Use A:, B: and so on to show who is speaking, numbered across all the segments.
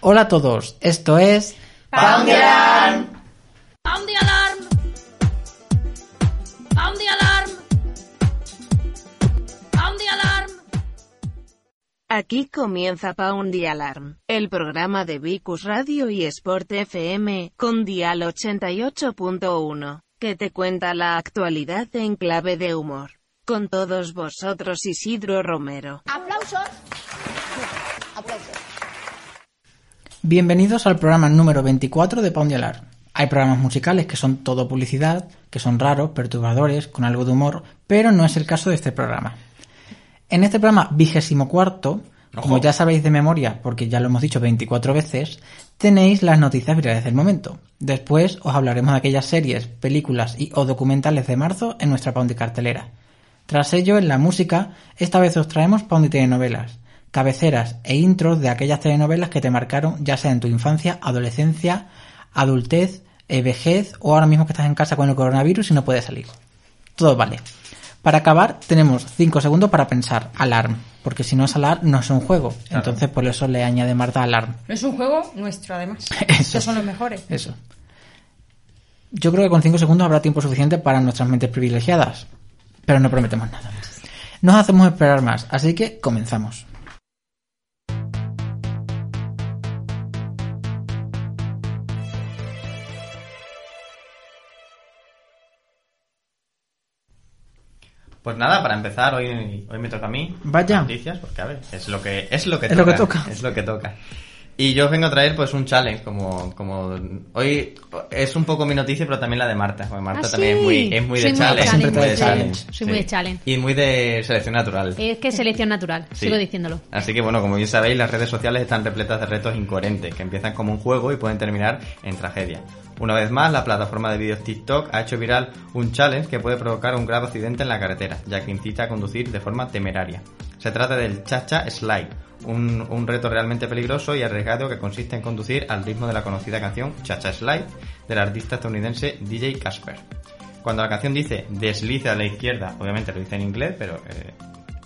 A: Hola a todos, esto es...
B: ¡Pound the Alarm!
C: ¡Pound the Alarm! ¡Pound the Alarm! ¡Pound the Alarm!
D: Aquí comienza Pound the Alarm, el programa de Vicus Radio y Sport FM, con Dial 88.1, que te cuenta la actualidad en clave de humor. Con todos vosotros Isidro Romero.
B: ¡Aplausos! ¡Aplausos!
A: Bienvenidos al programa número 24 de Pound the Alarm. Hay programas musicales que son todo publicidad, que son raros, perturbadores, con algo de humor, pero no es el caso de este programa. En este programa vigésimo cuarto, como ya sabéis de memoria, porque ya lo hemos dicho 24 veces, tenéis las noticias virales del momento. Después os hablaremos de aquellas series, películas y o documentales de marzo en nuestra Pound y cartelera. Tras ello, en la música, esta vez os traemos Pound y telenovelas, cabeceras e intros de aquellas telenovelas que te marcaron ya sea en tu infancia, adolescencia, adultez, eh, vejez o ahora mismo que estás en casa con el coronavirus y no puedes salir. Todo vale. Para acabar, tenemos 5 segundos para pensar Alarm, porque si no es Alarm, no es un juego. Entonces, por eso le añade Marta Alarm.
E: Es un juego nuestro, además.
A: Eso.
E: Estos son los mejores.
A: Eso. Yo creo que con 5 segundos habrá tiempo suficiente para nuestras mentes privilegiadas, pero no prometemos nada. Nos hacemos esperar más, así que comenzamos.
F: Pues nada, para empezar, hoy, hoy me toca a mí.
A: Vaya.
F: Noticias, porque a ver, es lo que, es lo que
A: Es
F: toca.
A: lo que toca.
F: Es lo que toca. Y yo os vengo a traer pues un challenge, como, como hoy es un poco mi noticia, pero también la de Marta. Porque Marta
B: Ah, sí.
F: también es muy, es muy
B: Soy
F: de
B: muy
F: challenge.
A: challenge,
F: muy de
A: soy muy
F: challenge,
C: challenge, soy muy de challenge.
F: Y muy de selección natural.
C: Es que es selección natural,
F: Sí.
C: sigo diciéndolo.
F: Así que bueno, como bien sabéis, las redes sociales están repletas de retos incoherentes que empiezan como un juego y pueden terminar en tragedia. Una vez más, la plataforma de vídeos TikTok ha hecho viral un challenge que puede provocar un grave accidente en la carretera, ya que incita a conducir de forma temeraria. Se trata del Chacha Slide, un, un reto realmente peligroso y arriesgado que consiste en conducir al ritmo de la conocida canción Chacha Slide del artista estadounidense DJ Casper. Cuando la canción dice desliza a la izquierda, obviamente lo dice en inglés, pero eh,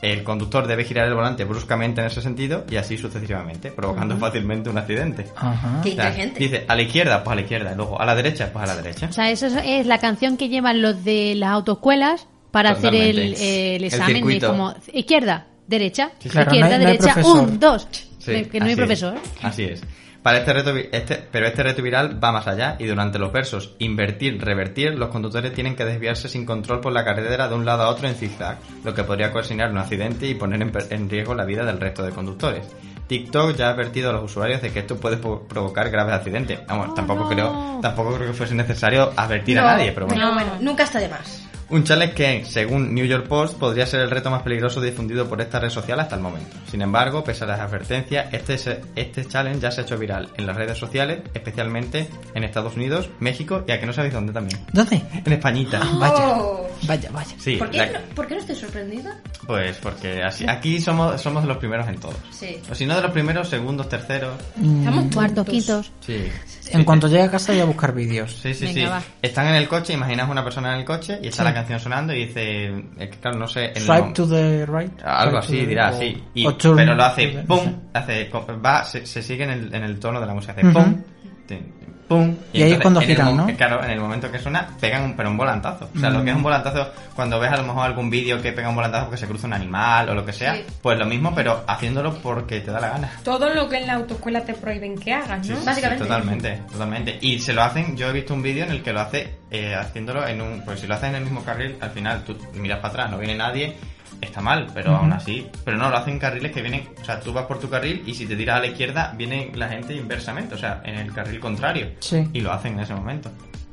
F: el conductor debe girar el volante bruscamente en ese sentido y así sucesivamente, provocando fácilmente un accidente.
A: Ajá.
E: Qué
F: O sea,
E: inteligente.
F: dice a la izquierda, pues a la izquierda, y luego a la derecha, pues a la derecha.
C: O sea, eso es, es la canción que llevan los de las autoescuelas para hacer el,
F: Totalmente.
C: el
F: El
C: examen de
F: circuito.
C: como izquierda, derecha,
A: Sí, claro, no
C: izquierda,
A: hay- no hay
C: derecha,
A: profesor.
C: un, dos.
F: Sí,
C: que no
F: así
C: hay
F: es.
C: profesor.
F: Así es. Para este reto, vi- este, pero este reto viral va más allá y durante los versos invertir, revertir, los conductores tienen que desviarse sin control por la carretera de un lado a otro en zigzag, lo que podría ocasionar un accidente y poner en, per- en riesgo la vida del resto de conductores. TikTok ya ha advertido a los usuarios de que esto puede po- provocar graves accidentes. Vamos,
C: Oh,
F: tampoco
C: no.
F: creo, tampoco creo que fuese necesario advertir
E: No,
F: a nadie, pero bueno.
E: no, bueno, nunca está de más.
F: Un challenge que, según New York Post, podría ser el reto más peligroso difundido por esta red social hasta el momento. Sin embargo, pese a las advertencias, este, se- este challenge ya se ha hecho viral en las redes sociales, especialmente en Estados Unidos, México y a que no sabéis dónde también.
A: ¿Dónde?
F: En Españita.
A: Vaya,
E: Oh.
A: vaya, vaya.
F: Sí,
E: ¿Por, qué
F: la-
E: no, por qué no estoy sorprendida?
F: pues porque así, aquí somos, somos de los primeros en todo.
E: Sí.
F: O si no de los primeros, segundos, terceros.
E: Estamos
C: Mm. Cuartos,
E: tontos.
C: quintos.
F: Sí.
A: En cuanto llegue a casa voy a buscar vídeos.
F: Sí, sí,
C: Venga,
F: sí.
C: va.
F: Están en el coche, imaginas una persona en el coche y está
A: Sí.
F: la canción sonando y dice, es que claro, no sé, el
A: Swipe
F: nom-
A: to the right.
F: Algo
A: swipe to
F: así
A: the-
F: dirá,
A: o-
F: sí. Y-
A: o turn
F: pero lo
A: to
F: hace,
A: the-
F: pum, hace, va, se, se sigue en el, en el tono de la música, hace
A: Ujú.
F: pum, tin, pum.
A: Y ahí es cuando
F: en el
A: giran,
F: mo-
A: ¿no?
F: Claro, en el momento que suena, pegan un, pero un volantazo. O sea, lo
A: Mm.
F: que es un volantazo, cuando ves a lo mejor algún vídeo que pega un volantazo porque se cruza un animal o lo que sea,
E: Sí.
F: pues lo mismo, pero haciéndolo porque te da la gana.
G: Todo lo que en la autoescuela te prohíben que hagas, ¿no?
E: Básicamente.
F: totalmente, totalmente. Y se lo hacen, yo he visto un vídeo en el que lo hace eh, haciéndolo en un. Pues si lo haces en el mismo carril, al final tú miras para atrás, no viene nadie, está mal, pero aún así. Pero no, lo hacen en carriles que vienen. O sea, tú vas por tu carril y si te tiras a la izquierda, viene la gente inversamente, o sea, en el carril contrario.
A: Sí.
F: Y lo hacen en ese momento.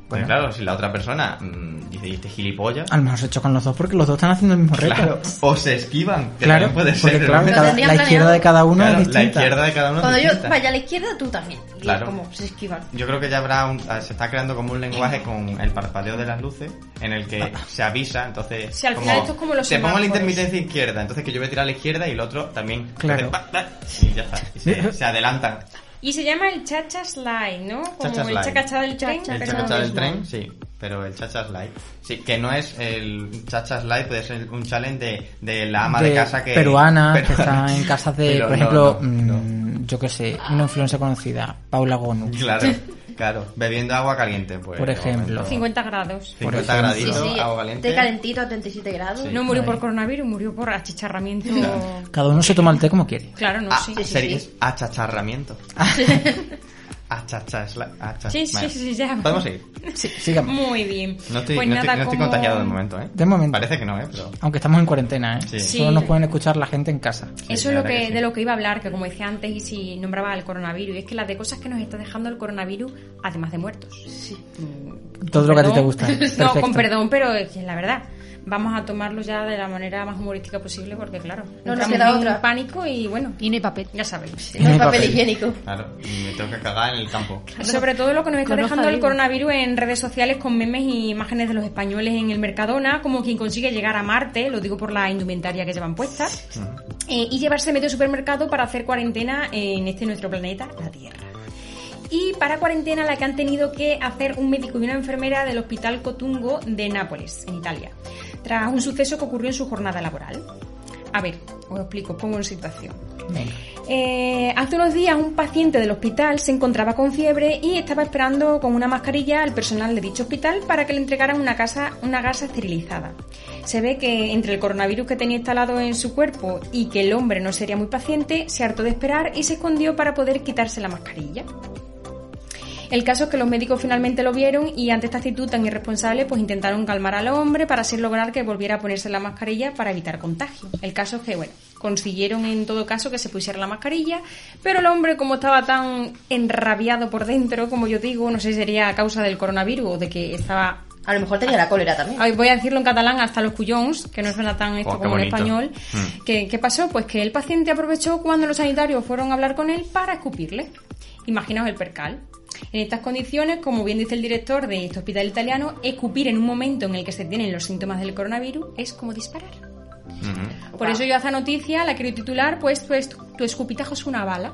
F: Pues
A: Bueno. Ah,
F: claro, si la otra persona mm, dice, "Y este gilipollas.
A: A lo mejor se chocan los dos porque los dos están haciendo el mismo reto.
F: Claro, o se esquivan, que
A: Claro,
F: también puede
A: porque
F: ser.
A: claro,
E: Lo
A: cada-
E: tendrían
A: la
E: planeado.
A: izquierda de cada uno
F: Claro,
A: es
F: la
A: distinta.
F: izquierda de cada uno es
E: Cuando yo
F: distinta.
E: vaya a la izquierda, tú también. Y
F: Claro.
E: es como se esquivan.
F: Yo creo que ya habrá un, ah, se está creando como un lenguaje con el parpadeo de las luces en el que se avisa, entonces
G: Si al final esto es como los
F: te pongo la
G: semáforos.
F: intermitencia izquierda, entonces que yo voy a tirar a la izquierda y el otro también
A: Claro.
F: Entonces, pa, pa, y ya está, y se, se adelantan.
G: Y se llama el chacha slide, ¿no? Como
F: Chacha
G: el
F: slide.
G: chacachá del tren.
E: Chacha.
F: El
E: Pero
F: chachachá
E: no
F: del
E: mismo.
F: tren, sí, pero el chacha slide, sí, que no es el chacha slide, puede ser un challenge de, de la ama de,
A: De
F: casa que
A: peruana, que
F: peruana.
A: está en casas de,
F: Pero
A: por
F: no,
A: ejemplo,
F: no, no.
A: mm, yo qué sé, una influencia conocida, Paula Gonu.
F: Claro, claro. Bebiendo agua caliente, pues.
A: Por ejemplo.
F: momento.
G: 50 grados.
F: 50
A: ejemplo.
F: graditos, agua caliente.
E: Té calentito a 37 grados.
F: Sí.
G: No murió por coronavirus, murió por achicharramiento.
A: Cada uno se toma el té como quiere.
G: Claro, no,
F: Ah,
G: sí.
F: sería achacharramiento.
A: Ah.
F: Achachas- la- acha-
G: Sí, sí,
F: Bueno,
G: sí, ya.
F: Podemos seguir.
A: Sí, sigamos.
G: Muy bien.
F: No estoy,
G: Pues
F: no
G: nada,
F: estoy- no estoy
G: como-
F: contagiado de momento, ¿eh?
A: De momento.
F: Parece que no, ¿eh? Pero...
A: Aunque estamos en cuarentena, ¿eh?
F: Sí.
A: Solo
G: Sí.
A: nos pueden escuchar la gente en casa.
F: Sí,
G: Eso
F: la
G: es lo
F: verdad
G: que,
F: que sí.
G: de lo que iba a hablar, que como decía antes, y si nombraba al coronavirus, y es que las de cosas que nos está dejando el coronavirus, además de muertos. Mm,
A: Todo
G: con
A: lo que a ti te
G: perdón.
A: gusta.
G: no, con
A: Perfecto.
G: perdón, pero es que es la verdad. Vamos a tomarlo ya de la manera más humorística posible, porque claro,
E: No
G: entramos
E: nos queda
G: en un
E: otra.
G: pánico y bueno,
C: Y no hay papel.
G: ya sabéis.
E: No hay
A: hay
E: papel
A: papel.
E: higiénico.
F: Claro, y me tengo que cagar en el campo.
G: Sobre todo lo que nos está
C: Con hoja
G: dejando el
C: viva.
G: coronavirus en redes sociales con memes y imágenes de los españoles en el Mercadona, como quien consigue llegar a Marte, lo digo por la indumentaria que llevan puesta, eh, y llevarse medio supermercado para hacer cuarentena en este nuestro planeta, la Tierra. Y para cuarentena la que han tenido que hacer un médico y una enfermera del Hospital Cotungo de Nápoles, en Italia, tras un suceso que ocurrió en su jornada laboral. A ver, os explico, os pongo en situación.
A: Venga.
G: Eh, hace unos días un paciente del hospital se encontraba con fiebre y estaba esperando con una mascarilla al personal de dicho hospital para que le entregaran una, casa, una gasa esterilizada. Se ve que entre el coronavirus que tenía instalado en su cuerpo y que el hombre no sería muy paciente, se hartó de esperar y se escondió para poder quitarse la mascarilla. El caso es que los médicos finalmente lo vieron y ante esta actitud tan irresponsable pues intentaron calmar al hombre para así lograr que volviera a ponerse la mascarilla para evitar contagio. El caso es que, bueno, consiguieron en todo caso que se pusiera la mascarilla, pero el hombre como estaba tan enrabiado por dentro, como yo digo, no sé si sería a causa del coronavirus o de que estaba...
E: A lo mejor tenía la cólera también.
G: Ay, Voy a decirlo en catalán hasta los cuyons, que no suena tan esto
F: Oh, qué
G: como en
F: bonito.
G: español.
F: Mm.
G: ¿Qué, qué pasó? Pues que el paciente aprovechó cuando los sanitarios fueron a hablar con él para escupirle. Imaginaos el percal. En estas condiciones, como bien dice el director de este hospital italiano, escupir en un momento en el que se tienen los síntomas del coronavirus es como disparar.
F: Ujú.
G: Por eso yo a esa noticia la quiero titular, pues tu, es- tu escupitajo es una bala.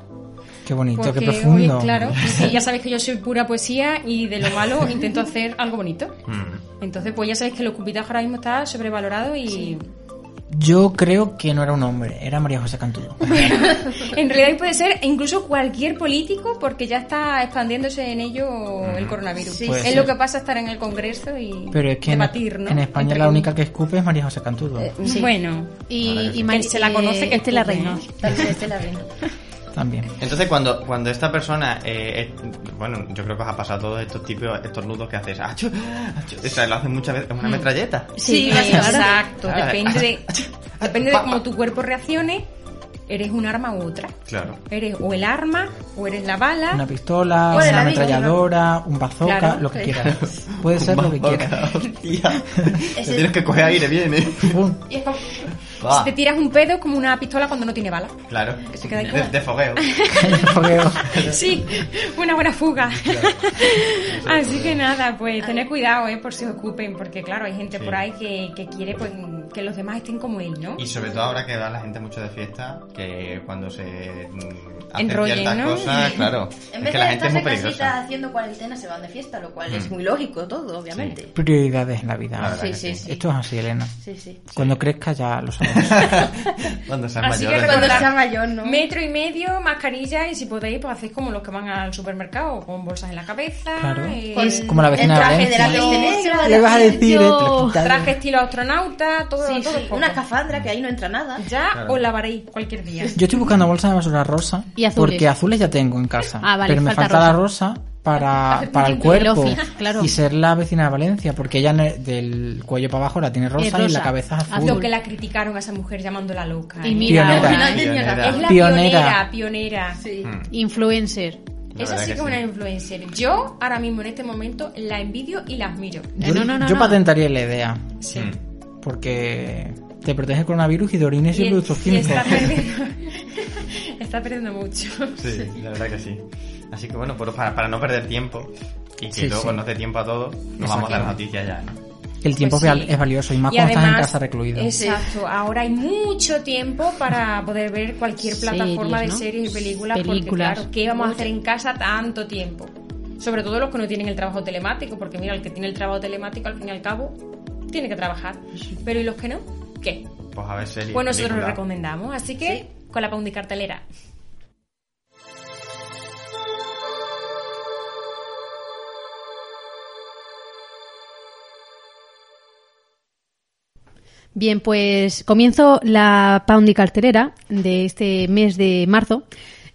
A: Qué bonito,
G: Porque,
A: qué profundo.
G: oye, claro, sí, ya sabéis que yo soy pura poesía y de lo malo intento hacer algo bonito.
F: Ujú.
G: Entonces, pues ya sabéis que el escupitajo ahora mismo está sobrevalorado y...
A: Yo creo que no era un hombre, era María José Cantudo.
G: En realidad puede ser incluso cualquier político porque ya está expandiéndose en ello el coronavirus.
E: Sí,
A: Puede
G: es
A: ser.
G: lo que pasa estar en el Congreso y
A: Pero es que en,
G: debatir, ¿no?
A: en España
G: Entre
A: la
G: que-
A: única que escupe es María José Cantudo.
E: Eh, sí.
G: Bueno,
F: Ahora
C: Y,
F: que
C: y
F: sí.
C: Mari-
G: Que se la conoce
C: eh,
G: que
C: Estela
G: escupe.
C: Reina.
E: También este la abrí.
A: También.
F: Entonces, cuando, cuando esta persona, eh, es- bueno, yo creo que os ha pasado todos estos tipos, estos nudos que haces, ¡achu! ¡achu! O sea, lo hacen muchas veces, es una metralleta.
G: Mm. Sí, exacto.
F: Claro.
G: Depende de,
F: Ah,
G: depende de
F: pa,
G: cómo
F: pa.
G: tu cuerpo reaccione, eres un arma u otra.
F: Claro.
G: Eres o el arma o eres la bala.
A: Una pistola,
E: Bueno,
A: una
E: la digo,
A: ametralladora, un bazooka,
G: Claro,
A: lo que
E: sí.
A: quieras. Puede ser lo que
F: Boca,
A: quieras.
F: Hostia. Te
E: Ese-
F: tienes que coger aire bien, ¿eh?
A: Pum.
E: Y es como-
F: Va.
G: Si te tiras un pedo es como una pistola cuando no tiene bala.
F: Claro.
G: se queda ahí
F: De,
G: fuera.
F: de fogueo.
A: Fogueo.
G: Sí, una buena fuga. Así que nada, pues tener cuidado, ¿eh? Por si os ocupen, porque claro, hay gente
F: Sí.
G: por ahí que, que quiere pues, que los demás estén como él, ¿no?
F: Y sobre todo ahora que va la gente mucho de fiesta, que cuando se mm, hacen
G: Enrollen,
F: ciertas
G: ¿no?
F: cosas, claro.
E: En
F: es
E: vez
F: que
E: de
F: la gente es
E: estarse
F: muy
E: en casita
F: peligrosa.
E: haciendo cuarentena, se van de fiesta, lo cual es
F: Mm.
E: muy lógico todo, obviamente.
A: Prioridades en la
F: La
A: vida.
F: verdad
E: Sí,
F: que
E: sí, sí.
A: Esto es así, Elena.
E: Sí, sí.
A: Cuando crezca ya lo sabemos.
F: Cuando Mm, seas
G: Así
F: mayor.
G: que
E: Cuando
G: recordar-
E: sea mayor, ¿no?
G: Metro y medio, mascarilla y si podéis, pues hacéis como los que van al supermercado, con bolsas en la cabeza,
A: Claro.
G: eh,
A: Es como la vecina
E: el traje
A: de
E: de la
A: Valencia.
E: peste negra,
A: Le
E: la-
A: vas a decir, eh, te lo
C: Yo-
A: quitas.
G: traje estilo astronauta, todo,
E: sí,
G: todo
E: sí,
G: un poco.
E: una escafandra que ahí no entra nada.
G: Ya
F: Claro.
G: os lavaréis cualquier día.
A: Yo estoy buscando bolsas de basura rosa.
C: Y azules.
A: Porque azules ya tengo en casa.
C: Ah, vale,
A: pero me
C: falta
A: falta la rosa para, para el
C: El
A: cuerpo.
C: office, claro.
A: Y ser la vecina de Valencia. Porque ella ne- del cuello para abajo la tiene rosa, y
C: rosa.
A: la cabeza es azul.
G: Lo que la criticaron a esa mujer llamándola loca.
C: Y
G: ¿eh?
C: mira,
A: Pionera.
C: una
G: es la
F: Pionera.
G: pionera, pionera.
F: Mm,
C: influencer.
F: la
G: Eso
F: verdad
G: sí que es
F: sí.
G: una influencer. Yo ahora mismo en este momento la envidio y la admiro.
A: Yo,
C: no, no, no,
A: yo
C: no.
A: patentaría la idea.
G: Sí.
F: Mm.
A: Porque te protege el coronavirus y de orines y,
G: Y-
A: productos
G: y
A: químicos.
G: está perdiendo, está perdiendo mucho.
F: Sí, la verdad que sí. Así que bueno, por- para, para no perder tiempo y que
A: Sí,
F: luego
A: sí.
F: nos dé tiempo a todo, nos vamos a las noticias ya. ¿no?
A: El tiempo
G: Pues
A: es
G: sí.
A: val- es valioso y más
G: Y
A: cuando estás en
G: además,
A: casa recluido.
G: Exacto, ahora hay mucho tiempo para poder ver cualquier
C: Series,
G: plataforma
C: ¿no?
G: de series y películas,
C: Películas.
G: porque claro, ¿qué vamos a hacer en casa tanto tiempo? Sobre todo los que no tienen el trabajo telemático, porque mira, el que tiene el trabajo telemático al fin y al cabo tiene que trabajar, pero ¿y los que no? ¿Qué?
F: Pues a ver, series,
G: Pues nosotros lo
F: películas.
G: recomendamos, así que con la pound y cartelera.
C: Bien, pues comienzo la Poundy cartelera de este mes de marzo.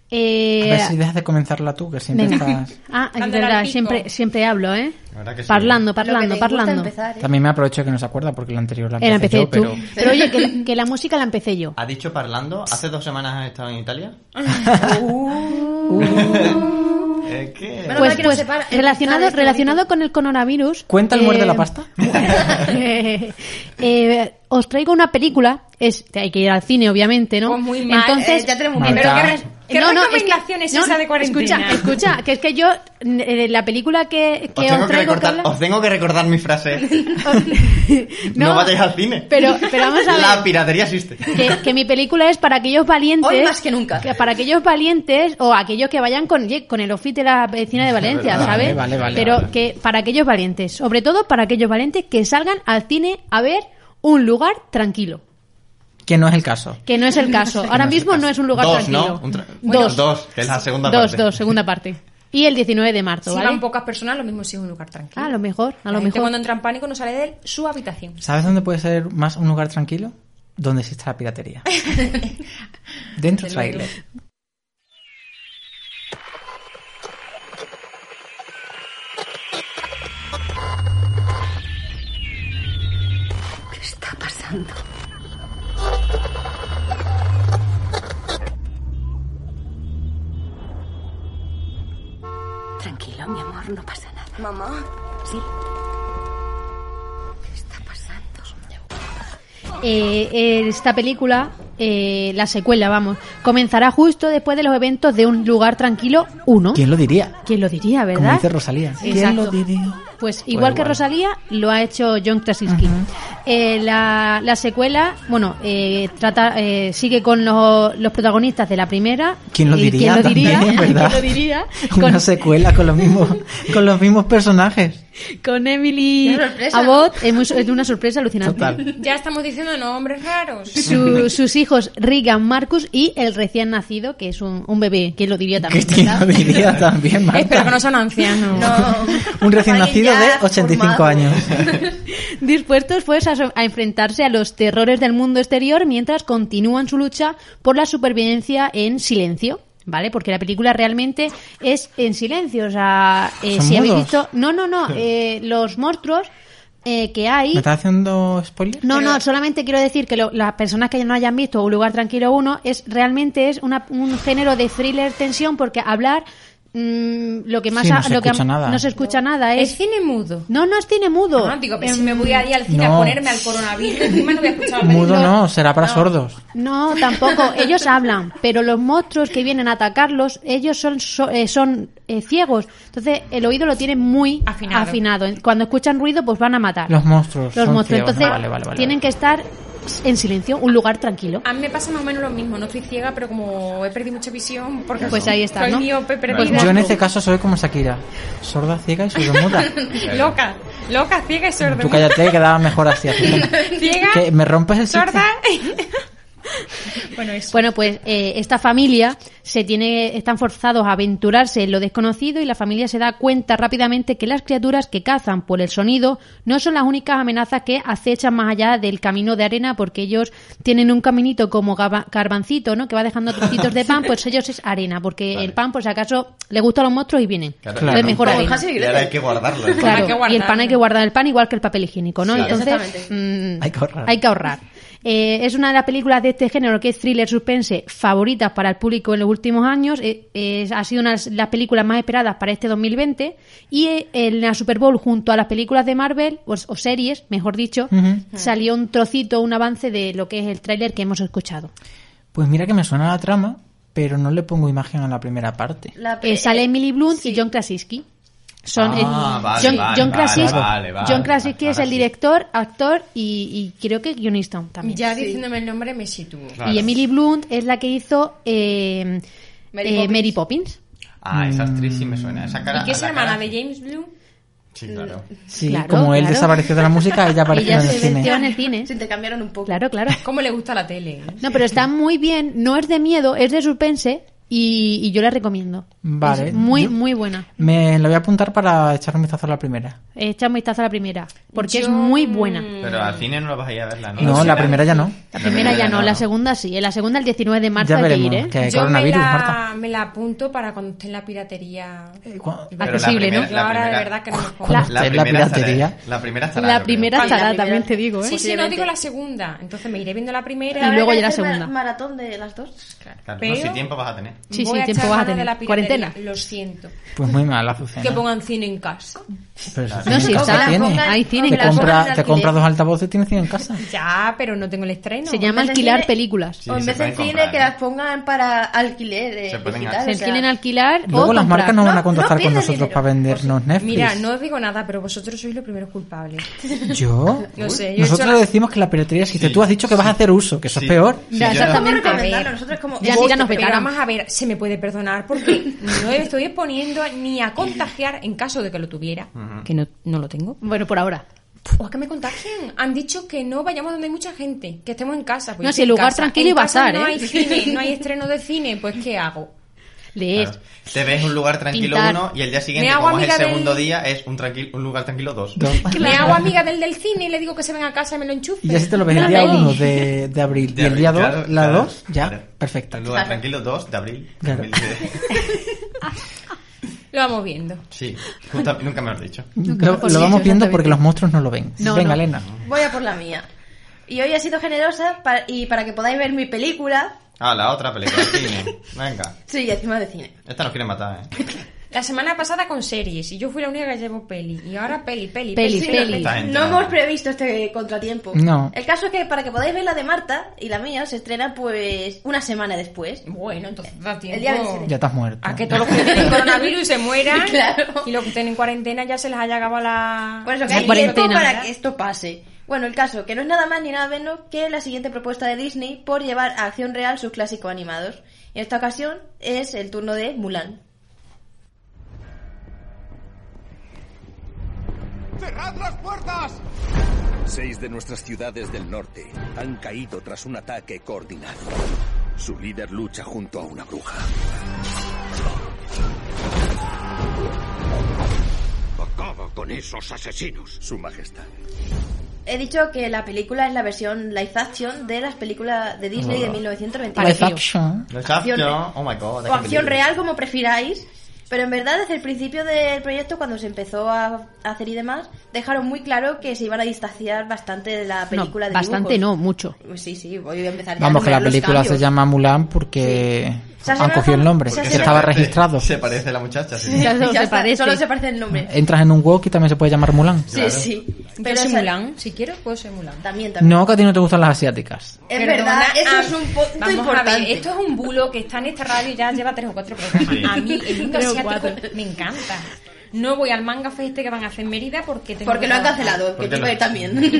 C: Eh,
A: A ver si dejas de comenzarla tú, que siempre
C: venga.
A: estás...
C: Ah, es
G: Dándole al
C: verdad,
G: pico.
C: siempre, siempre hablo, ¿eh?
F: La verdad que sí.
C: Parlando,
E: Lo que
C: parlando,
E: te gusta
C: parlando.
E: empezar, ¿eh?
A: También me aprovecho que no se acuerda porque la anterior la empecé,
C: Era, empecé
A: yo,
C: tú.
A: pero...
C: Pero, oye, que, que la música la empecé yo.
F: ¿Ha dicho parlando? ¿Hace dos semanas has estado en Italia?
C: Ah. Uh.
A: Uh.
F: ¿Eh, ¿Qué?
E: Bueno,
C: Pues,
E: Uh. mal que no
C: pues,
E: separa empezar
C: relacionado,
E: este
C: relacionado con el coronavirus.
A: ¿Cuenta el muerde
C: eh,
A: la pasta?
C: eh, os traigo una película. Es, hay que ir al cine, obviamente, ¿no?
G: Pues muy mal,
C: Entonces,
E: eh, ya tenemos
A: Mal.
G: Pero
A: Marta.
G: qué, re- qué
C: es que-
G: recomendación es,
C: no,
G: esa de cuarentena.
C: Escucha, escucha, que es que yo, eh, la película que, que
F: Os pues
C: os,
F: tengo que,
C: traigo,
F: recordar,
C: Carla-
F: os tengo que recordar mi frase. No,
C: no,
F: vayáis al cine.
C: pero, pero vamos a
F: La
C: ver.
F: piratería existe.
C: Que, que mi película es para aquellos valientes.
E: Hoy más que nunca.
C: que para aquellos valientes o aquellos que vayan con, oye, con el office de la vecina de Valencia,
F: Vale,
C: ¿sabes?
A: vale, vale,
C: Pero
A: vale.
C: que para aquellos valientes, sobre todo para aquellos valientes que salgan al cine a ver un lugar tranquilo.
A: Que no es el caso.
C: Que no es el caso. Ahora
F: No es el
C: mismo
F: caso.
C: no es un lugar
F: dos,
C: tranquilo.
F: ¿no? Un tra-
C: dos.
F: dos, que es la segunda
C: dos,
F: parte.
C: dos, segunda parte. Y el 19 de marzo,
G: Si
C: ¿vale? Ah,
G: van pocas personas, lo mismo si es un lugar tranquilo.
C: A lo mejor, a
G: La
C: lo
G: gente
C: mejor.
G: cuando entra en pánico no sale de él, su habitación.
A: ¿Sabes dónde puede ser más un lugar tranquilo? Donde existe la piratería. Dentro trailer.
H: Tranquilo, mi amor, no pasa nada.
C: Eh, eh, esta película, eh, la secuela, vamos, comenzará justo después de los eventos de Un Lugar Tranquilo 1.
A: ¿Quién lo diría?
C: ¿Quién lo diría, verdad?
A: Como dice Rosalía. ¿Quién
C: Exacto.
A: lo diría?
C: Pues igual que
F: igual.
C: Rosalía, lo ha hecho John Krasinski. Eh, la, la secuela, bueno, eh, trata, eh, sigue con los, los protagonistas de la primera.
A: ¿Quién lo
C: Eh,
A: diría?
C: ¿Quién lo
A: también,
C: diría?
A: ¿verdad?
C: ¿Quién lo diría?
A: Una
C: Con-
A: secuela con los mismos, con los mismos personajes.
C: Con Emily
E: Qué sorpresa.
C: Abbott es, muy- es una sorpresa alucinante.
A: Total.
G: Ya estamos diciendo nombres raros.
C: Su- sus hijos Regan, Marcus y el recién nacido, que es un, un bebé, ¿Quién lo diría también.
A: ¿Quién
C: verdad?
A: lo diría también, Marta?
G: Espero que no sean ancianos.
E: No.
A: Un recién
E: Alguien
A: nacido
E: ya
A: de 85
E: formado.
A: años.
C: dispuestos pues a, so- a enfrentarse a los terrores del mundo exterior mientras continúan su lucha por la supervivencia en silencio. ¿Vale? Porque la película realmente es en silencio. O sea, eh,
A: ¿Son
C: si habéis
A: mudos?
C: visto. No, no, no. eh, los monstruos eh, que hay.
A: ¿Me estás haciendo spoiler?
C: No, no, solamente quiero decir que lo- las personas que no hayan visto Un lugar tranquilo uno es realmente es una- un género de thriller tensión porque hablar mm, lo que más
A: Sí, no
C: ha-
A: se
C: lo que ha-
A: escucha nada.
C: no se escucha nada es,
G: Es cine mudo.
C: no no es cine mudo.
G: No, digo, pero si me voy a ir al cine
A: No.
G: a ponerme al coronavirus, encima no voy a escuchar la
A: Mudo
G: película.
A: no, será para sordos.
C: No, tampoco. Ellos hablan, pero los monstruos que vienen a atacarlos, ellos son so- eh, son eh, ciegos. Entonces el oído lo tienen muy
G: Afinado.
C: afinado. Cuando escuchan ruido, pues van a matar
A: Los monstruos.
C: los
A: son
C: monstruos.
A: ciegos.
C: Entonces
A: Ah, vale, vale, vale,
C: tienen que
A: vale.
C: estar en silencio, un lugar tranquilo.
G: A mí me pasa más o menos lo mismo. No estoy ciega, pero como he perdido mucha visión, porque
C: Pues ahí está,
G: soy
C: ¿no?
G: miope, perdida.
F: que-
A: Yo en este caso soy como Shakira. Sorda, ciega y sordomuda.
G: Loca, loca, ciega y sorda.
A: Tú cállate, quedaba mejor así. así.
G: Ciega,
A: Que me rompes el chiste.
G: sorda. bueno, eso.
C: Bueno, pues eh, esta familia se tiene, están forzados a aventurarse en lo desconocido y la familia se da cuenta rápidamente que las criaturas que cazan por el sonido no son las únicas amenazas que acechan más allá del camino de arena, porque ellos tienen un caminito como gaba- garbancito, ¿no? Que va dejando trocitos de pan, pues ellos es arena, porque
F: Vale.
C: el pan, por si acaso, le gusta a los monstruos y vienen.
F: Claro.
C: Entonces,
A: Claro.
C: mejor
E: Como
C: arena.
E: Hansel y
F: Y
E: Gretel.
F: ahora hay que guardarlo. ¿eh?
C: Claro,
G: Hay que
C: y el pan hay que
G: guardarlo.
C: guardar el pan igual que el papel higiénico, ¿no?
F: Sí,
C: Entonces,
E: exactamente.
C: mm,
A: Hay que ahorrar.
C: Hay que ahorrar. Eh, es una de las películas de este género que es thriller suspense favoritas para el público en los últimos años. Eh, eh, ha sido una de las películas más esperadas para este 2020. Y eh, en la Super Bowl, junto a las películas de Marvel, o, o series, mejor dicho,
A: Ujú.
C: salió un trocito, un avance de lo que es el tráiler que hemos escuchado.
A: Pues mira que me suena la trama, pero no le pongo imagen a la primera parte.
E: La
C: Eh,
E: pre-
C: sale
E: eh,
C: Emily Blunt y John Krasinski. Son
F: Ah,
C: el-
F: vale,
C: John,
F: vale,
C: John
F: vale,
C: Krasinski,
F: vale, vale,
C: John Krasinski
F: vale,
C: es
F: ahora
C: el
F: sí.
C: director, actor y, y creo que guionista también.
G: Ya diciéndome el nombre me sitúo.
F: Claro.
C: Y Emily Blunt es la que hizo eh,
E: Mary
C: eh,
E: Poppins.
C: Mary Poppins.
F: Ah, esa actriz sí me suena. Esa cara,
G: ¿Y qué es
F: Ah, la
G: hermana
F: cara-
G: de James Blue?
F: Sí, claro.
A: Sí,
C: Claro,
A: como él
C: claro.
A: desapareció de la música, ella apareció
C: Ella
A: en el
C: se
A: cine.
C: metió en el cine.
E: Se intercambiaron un poco.
C: Claro, claro.
G: ¿Cómo le gusta la tele? eh?
C: No, pero está muy bien. No es de miedo, es de suspense. y, y yo la recomiendo.
A: Vale.
C: Es muy,
A: Yo-
C: muy buena.
A: Me lo voy a apuntar para echar un vistazo a la primera.
C: Echa un vistazo a la primera, porque es muy buena.
F: Pero al cine no lo vas a ir a verla, ¿no?
A: No, la primera ya no.
C: La primera ya no, la segunda sí. En la segunda, el 19 de marzo,
A: Ya
C: hay
A: veremos.
C: que ir, ¿eh?
A: Que hay
G: Yo me
A: coronavirus,
G: la,
A: Marta.
G: me la apunto para cuando esté en la piratería.
A: Eh, cua-
F: Pero la
C: Accesible,
F: primera-
C: ¿no?
G: Yo
F: la
G: ahora de
F: primera- Ah,
G: verdad que no me pongo.
A: ¿Cuál?
F: La
A: La
F: primera
A: piratería.
F: estará- La primera estará.
C: La
F: yo creo.
C: primera
E: Ay, la
C: estará,
E: primera.
C: también te digo, ¿eh?
G: Sí, sí, no
E: Posiblemente.
G: digo la segunda. Entonces me iré viendo la primera.
C: Y luego ya la
E: Habrá que hacer
C: segunda.
E: Maratón de las dos.
F: Claro,
G: Pero-
F: No, si tiempo vas a tener.
C: Sí,
G: Voy
C: sí,
G: a
C: tiempo
G: echar
C: vas a
G: mano de
C: tener.
G: la piratería,
C: Cuarentena.
G: Lo siento.
A: Pues muy mal,
G: Que
A: Azucena.
G: pongan cine en casa.
A: Pero eso
C: No,
A: en
C: sí,
A: casa
C: está.
A: tiene.
C: Pongan- Ahí tiene.
A: Te
C: que la
A: compra,
E: pongan
A: te
E: en
A: compra
E: alquiler.
A: dos altavoces y tienes cien en casa.
G: Ya, pero no tengo el estreno.
C: Se llama
E: En vez de
C: alquilar
E: cine-
C: películas.
F: Sí,
E: o en
F: se
E: vez de
F: pueden
E: cine,
F: comprar,
E: que
F: ¿eh?
E: las pongan para alquiler eh,
F: Se pueden
E: digital,
F: hacer.
C: Se
E: o sea,
C: quieren alquilar o
A: Luego las
C: comprar.
A: marcas no van a contactar
E: no
A: con
E: pierden
A: nosotros
E: dinero.
A: para vendernos Netflix.
G: Mira, no os digo nada, pero vosotros sois los primeros culpables.
A: Yo.
G: No sé, yo he hecho
A: Nosotros
G: la-
A: decimos que la piratería existe.
F: Sí,
A: Tú has dicho que vas a hacer uso, que eso
F: Sí.
A: es peor.
F: Sí, yo
C: Ya,
E: No
C: exactamente.
E: podemos
G: A ver.
E: recomendarlo, nosotros como...
C: Ya,
E: Vos-
C: mira, nos
G: Pero
C: pegaron.
G: vamos a ver, se me puede perdonar porque no me estoy exponiendo ni a contagiar en caso de que lo tuviera, que no, no lo tengo.
C: Bueno, por ahora.
G: O es que me contagien. Han dicho que no vayamos donde hay mucha gente, que estemos en casa. Pues
C: No,
G: yo
C: si
G: estoy
C: el
G: en
C: lugar
G: casa.
C: tranquilo
G: En
C: iba a
G: casa
C: estar,
G: No
C: ¿eh?
G: hay cine, no hay estreno de cine, pues ¿qué hago?
C: Lees.
F: Claro. Te ves un lugar tranquilo
C: Pintar.
F: uno y el día siguiente,
G: Me hago
F: como es el
G: amiga del-
F: segundo día, es un, tranquil- un lugar tranquilo dos.
A: Dos.
G: Me hago amiga del del cine y le digo que se venga a casa y me lo enchufe.
A: Y ya si te lo ves el día
C: Claro.
A: 1 de, de abril
F: De
A: y el
F: abril,
A: día 2,
F: claro,
A: la
F: claro,
A: 2, ya,
F: claro.
A: perfecto.
F: Un lugar tranquilo dos de abril.
A: Claro.
F: 2019.
G: Lo vamos viendo.
F: Sí, justo- nunca me lo has dicho.
A: Lo,
C: mejor,
A: lo
C: sí,
A: vamos viendo
C: exactamente.
A: porque los monstruos no lo ven.
C: No,
A: Venga,
C: no.
A: Elena.
E: Voy a por la mía. Y hoy he sido generosa pa- y para que podáis ver mi película...
F: Ah, la otra película, cine. Venga.
E: Sí, encima de cine.
F: Esta nos quiere matar, ¿eh?
G: La semana pasada con series y yo fui la única que llevo peli. Y ahora peli, peli,
C: Peli,
E: Sí,
C: peli.
E: No,
F: Esta gente
E: no
F: no.
E: hemos previsto este contratiempo.
A: No.
E: El caso es que para que podáis ver la de Marta y la mía se estrena pues una semana después.
G: Bueno, entonces da tiempo.
E: El día 27.
A: Ya estás muerto.
G: A que todos los que tienen coronavirus se mueran
E: Claro.
G: y los que tienen cuarentena ya se les haya acabado la...
E: Por eso que
C: La
E: hay tiempo
C: cuarentena,
E: para
C: ¿verdad?
E: que esto pase. Bueno, el caso, que no es nada más ni nada menos que la siguiente propuesta de Disney por llevar a acción real sus clásicos animados. En esta ocasión es el turno de Mulan.
I: ¡Cerrad las puertas!
J: Seis de nuestras ciudades del norte han caído tras un ataque coordinado. Su líder lucha junto a una bruja.
I: Acaba con esos asesinos.
J: Su majestad.
E: He dicho que la película es la versión live action de las películas de Disney de 1929.
A: Live
C: parecido.
A: action.
F: Los
E: Acción-
F: Champions, Oh my god.
E: o acción real como prefiráis. Pero en verdad desde el principio del proyecto, cuando se empezó a hacer y demás, dejaron muy claro que se iban a distanciar bastante de la
C: No,
E: película de
C: bastante no,
E: dibujos.
C: mucho.
E: Sí, sí, voy a empezar ya
A: Vamos,
E: a
A: que la
E: enumerar los
A: película se
E: cambios.
A: llama Mulan porque
E: Se
A: han
E: asemeja-
A: cogido el nombre.
E: se
F: Porque
E: asemeja-
A: Estaba registrado.
F: Se parece a la muchacha, sí.
C: Ya solo
E: Ya
C: se
E: está,
C: parece.
E: Solo se parece el nombre.
A: Entras en un wok y también se puede llamar Mulan.
F: Claro.
E: Sí, sí.
G: Pero
E: Pero
G: soy
E: esa-
G: Mulan, si quiero puedo ser Mulan.
E: También, también.
A: No, que a ti no te gustan las asiáticas.
E: Es
G: Perdona,
E: verdad, eso
G: a-
E: es un punto
G: vamos a ver,
E: importante.
G: esto es un bulo que está en esta radio y ya lleva tres o cuatro programas.
F: Sí.
G: A mí el mundo
C: Tres o
G: asiático
C: cuatro.
G: me encanta. No voy al manga fest este que van a hacer en Mérida porque tengo que
E: Porque lo han
G: trabajar.
E: cancelado,
F: ¿Por
E: que
F: qué
E: tú
F: no?
E: ves
G: Y
E: también.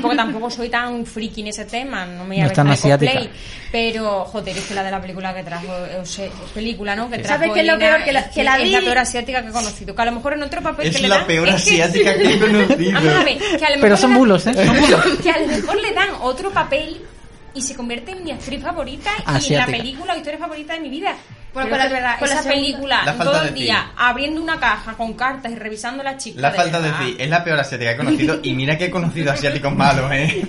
G: porque tampoco soy tan friki en ese tema, no me voy
A: No
G: a ver
A: es tan
G: tan de cosplay.
A: asiática.
G: Pero, joder, es que la de la película que trajo, eh, o sea, película, ¿no? Que trajo
E: ¿Sabes qué es lo
G: Elena,
E: peor? Que la-
G: es
E: que la
G: es la
E: vi-
G: peor asiática que he conocido. Que a lo mejor en otro papel
F: Es
G: Pues que le
F: la
G: dan-
F: peor
G: es que-
F: asiática que he conocido.
G: Vamos a ver, que a lo
A: Pero
G: mejor
A: son
G: le dan-
A: bulos, ¿eh? Son bulos.
G: que a lo mejor le dan otro papel y se convierte en mi actriz favorita y
A: Asiática.
G: la película o historia favorita de mi vida. Bueno, pues
E: Bueno, con la-
G: la verdad,
E: con la
G: esa
E: segunda-
G: película
F: La falta
G: todo
F: de
G: el
F: ti.
G: día abriendo una caja con cartas y revisando la chica.
F: La falta de
G: verdad.
F: ti es la peor asiática que he conocido y mira que he conocido asiáticos malos, ¿eh?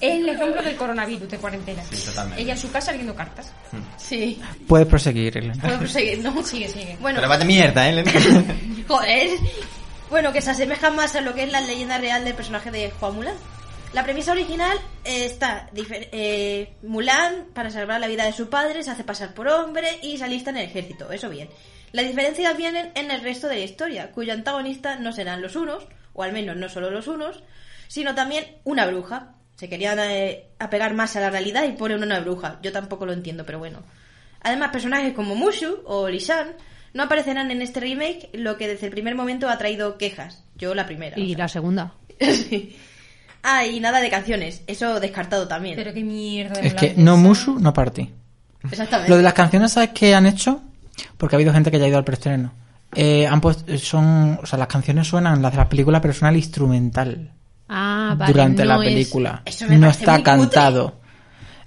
G: Es el ejemplo del coronavirus de cuarentena.
F: Sí, totalmente.
G: Ella en su casa leyendo cartas.
E: Sí,
A: Puedes proseguir, Elena.
E: puedo proseguir, ¿no?
G: Sigue, sigue.
E: Bueno,
F: Pero vaya mierda, ¿eh? Elena?
E: Joder. Bueno, que se asemeja más a lo que es la leyenda real del personaje de Juan Mulan. La premisa original eh, está, difer- eh, Mulan, para salvar la vida de su padre, se hace pasar por hombre y se alista en el ejército, eso bien. Las diferencias vienen en el resto de la historia, cuyo antagonista no serán los unos, o al menos no solo los unos, sino también una bruja. Se querían eh, apegar más a la realidad y ponen una bruja. Yo tampoco lo entiendo, pero bueno. Además, personajes como Mushu o Lishan no aparecerán en este remake, lo que desde el primer momento ha traído quejas. Yo la primera.
C: Y
E: o sea.
C: la segunda.
E: Sí. Ah, y nada de canciones. Eso descartado también.
G: Pero qué mierda de
A: Es que
G: Mulan
A: no
G: esa.
A: Mushu, no Party.
E: Exactamente.
A: Lo de las canciones, ¿sabes qué han hecho? Porque ha habido gente que ya ha ido al preestreno. Eh, han puesto, son, o sea, las canciones suenan las de las películas, pero suena el instrumental
C: Ah, vale.
A: durante
C: no
A: la
C: es-
A: película.
E: Eso me
A: no
E: parece
A: está
E: muy cutre.
A: cantado.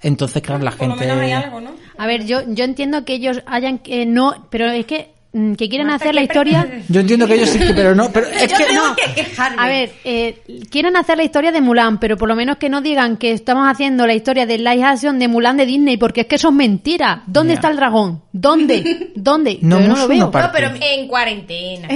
A: Entonces, claro, la
G: Por lo
A: gente...
G: menos hay algo, ¿no?
C: A ver, yo, yo entiendo que ellos hayan que no, pero es que mm, que quieren
G: Marta,
C: hacer la
G: ¿qué pre-
C: historia.
A: Yo entiendo que ellos sí, que- pero no, pero es que...
C: no.
E: quejarme.
C: A ver, eh, quieren hacer la historia de Mulan, pero por lo menos que no digan que estamos haciendo la historia de live action de Mulan de Disney, porque es que eso es mentira. ¿Dónde
A: Ya.
C: está el dragón? ¿Dónde? ¿Dónde?
A: No
C: Yo no
A: hemos
C: lo veo.
A: una parte.
E: pero
H: En cuarentena.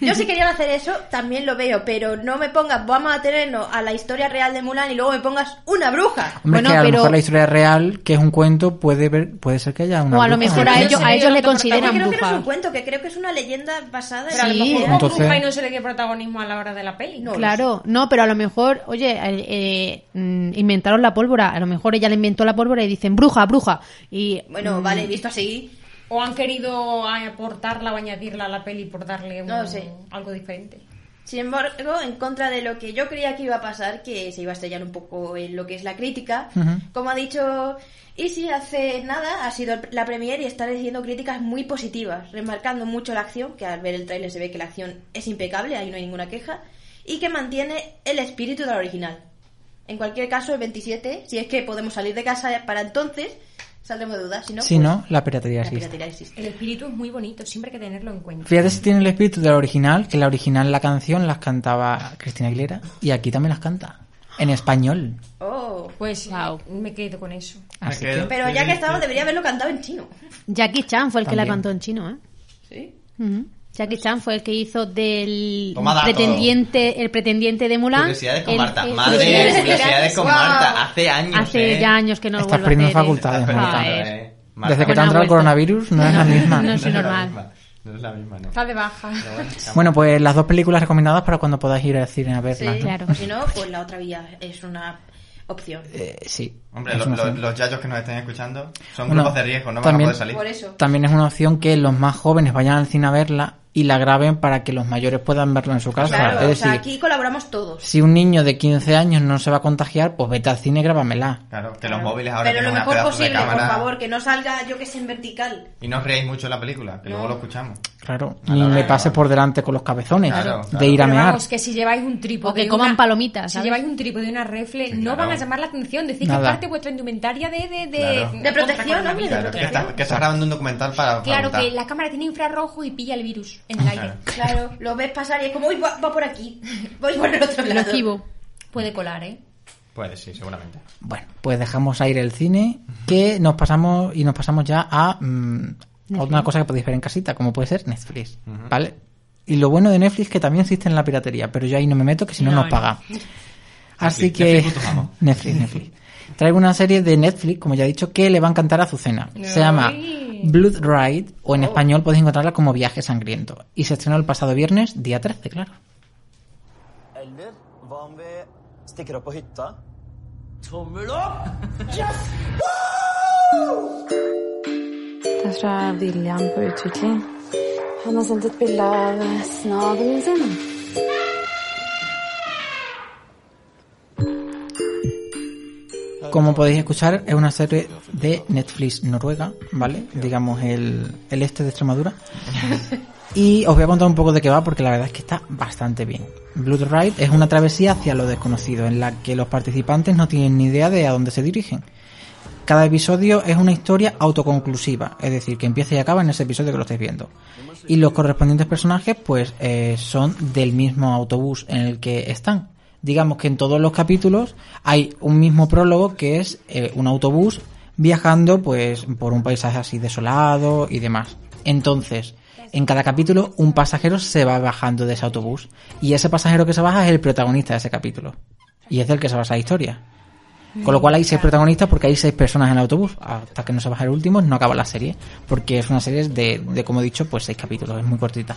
E: Yo si querían hacer eso, también lo veo, pero no me pongas, vamos a tenernos a la historia real de Mulan y luego me pongas una bruja.
A: Hombre, es
C: Bueno,
A: que a
C: pero-
A: lo mejor la historia real, que es un cuento, puede ver, puede ser que haya una...
C: O a lo
A: bruja.
C: mejor a
G: Sí,
C: ellos,
G: sí,
C: a ellos
G: no
C: le
G: te
E: Que
C: consideran
E: creo que no es
C: brujas.
E: un cuento, que creo que es una leyenda basada
G: Pero a lo
C: Sí.
G: mejor como
A: Entonces-
G: bruja y no se le quede protagonismo a la hora de la peli.
E: No.
C: Claro, no, pero a lo mejor, oye, eh, eh, mm, inventaron la pólvora, a lo mejor ella le inventó la pólvora y dicen bruja, bruja. Y
E: Bueno, vale, visto así.
G: O han querido aportarla o añadirla a la peli por darle un-
E: No sé.
G: algo diferente.
E: Sin embargo, en contra de lo que yo creía que iba a pasar, que se iba a estrellar un poco en lo que es la crítica,
A: Ujú.
E: como ha dicho Isi, hace nada ha sido la premier y está recibiendo críticas muy positivas, remarcando mucho la acción, que al ver el tráiler se ve que la acción es impecable, ahí no hay ninguna queja, y que mantiene el espíritu de la original. En cualquier caso, el 27, si es que podemos salir de casa para entonces, saldremos de dudas, si no,
A: Si
E: pues,
A: no, la piratería
E: la
A: existe.
E: piratería existe.
G: El espíritu es muy bonito, siempre hay que tenerlo en cuenta.
A: Fíjate si tiene el espíritu de la original, que en la original la canción las cantaba Cristina Aguilera y aquí también las canta, en español.
E: Oh.
G: Pues
C: Wow.
G: me quedo con eso.
A: Así
F: Me
A: que...
F: quedo.
E: Pero ya que estamos, debería haberlo cantado en chino.
C: Jackie Chan fue el que la
A: También.
C: cantó en chino, ¿eh?
E: Sí.
C: Ujú. Jackie Chan fue el que hizo del
F: Toma dato.
C: pretendiente, el pretendiente de Mulan.
F: Curiosidades con
C: el-
F: Marta.
C: el-
F: Madre,
C: curiosidades-
F: curiosidades con
E: Wow.
F: Marta. Hace años.
C: Hace
F: eh.
C: ya años que no lo
A: Estás
C: vuelvo a
A: perdiendo
C: hacer. ¿eh?
A: facultades,
F: Estás
A: Marta.
C: Joder.
F: perdiendo, eh. Marta.
A: Desde que te
C: Buena
A: ha entrado el
C: vuelta.
A: coronavirus no es la
C: pues, No,
A: misma.
C: no soy
F: es la
C: normal.
F: misma, No es la misma, no.
G: Está de baja.
F: Pero bueno, estamos-
A: Ah, Bueno, pues las dos películas recomendadas para cuando podáis ir al cine a verlas.
E: Sí,
A: ¿no?
C: claro.
E: O si no, pues la otra vía es una opción.
A: Eh, sí.
F: Hombre,
A: es
F: lo-
A: una
F: lo-
A: opción.
F: los yayos que nos estén escuchando son
A: Bueno,
F: grupos de riesgo, no
A: también-
F: van a poder
E: Por
F: salir.
E: eso.
A: También es una opción que los más jóvenes vayan al cine a verla y la graben para que los mayores puedan verla en su casa.
E: Claro,
A: es
E: o sea,
A: decir,
E: aquí colaboramos todos.
A: si un niño de 15 años no se va a contagiar, pues vete al cine y grábamela.
F: Claro, que los móviles ahora
E: Pero lo
F: tienen una
E: mejor
F: pedazo
E: posible,
F: de
E: por
F: cámara.
E: favor, que no salga, yo que sé, en vertical.
F: Y no os reáis mucho de la película, que luego lo escuchamos.
A: Claro,
F: A la
A: ni
F: hora
A: le
F: de
A: pases
F: grabar.
A: por delante con los cabezones
F: Claro, claro.
A: de ir a
G: Pero
A: mear.
G: vamos, que si lleváis un trípode.
C: O que
G: y
C: coman
G: una-
C: palomitas,
G: Si
C: ¿sabes?
G: lleváis un trípode y una refle,
F: Sí,
G: no
F: claro.
G: van a llamar la atención. Decid que es
A: Nada.
G: parte de vuestra indumentaria de. De, de,
F: Claro.
E: De protección,
G: contra
E: hombre, de
F: Claro, que
E: protección.
F: estás que estás grabando un documental para. para
G: Claro,
F: contar.
G: que la cámara tiene infrarrojo y pilla el virus en el aire.
F: Claro.
E: Claro, lo ves pasar y es como, uy, va, va por aquí, voy por el otro
C: Lo
E: lado.
C: esquivo.
G: Puede colar, ¿eh?
F: Pues sí, seguramente.
A: Bueno, pues dejamos a ir el cine, que nos pasamos y nos pasamos ya a, mm, a una cosa que podéis ver en casita, como puede ser Netflix, ¿vale? Y lo bueno de Netflix es que también existe en la piratería, pero yo ahí no me meto que si no, nos paga. Así
F: Netflix,
A: que
F: Netflix, puto amo.
A: Netflix, Netflix. Traigo una serie de Netflix, como ya he dicho, que le va a encantar a Azucena. Se llama Blood Ride o en español podéis encontrarla como Viaje Sangriento y se estrenó el pasado viernes, día 13, claro.
K: Eller hva om vi stikker opp på hytta? Tommel
H: Det er fra William på utvikling. Han har sendt et bilde av snabelen sin.
A: Como podéis escuchar, es una serie de Netflix Noruega, ¿vale? Digamos el, el este de Extremadura. Y os voy a contar un poco de qué va porque la verdad es que está bastante bien. Blood Ride es una travesía hacia lo desconocido en la que los participantes no tienen ni idea de a dónde se dirigen. Cada episodio es una historia autoconclusiva, es decir, que empieza y acaba en ese episodio que lo estáis viendo. Y los correspondientes personajes, pues, eh, son del mismo autobús en el que están. Digamos que en todos los capítulos hay un mismo prólogo que es eh, un autobús viajando, pues, por un paisaje así desolado y demás. Entonces, en cada capítulo un pasajero se va bajando de ese autobús y ese pasajero que se baja es el protagonista de ese capítulo y es del que se basa la historia. Con
G: Mm,
A: lo cual hay seis protagonistas porque hay seis personas en el autobús. Hasta que no se baja el último no acaba la serie. Porque es una serie de, de, como he dicho, pues seis capítulos. Es muy cortita.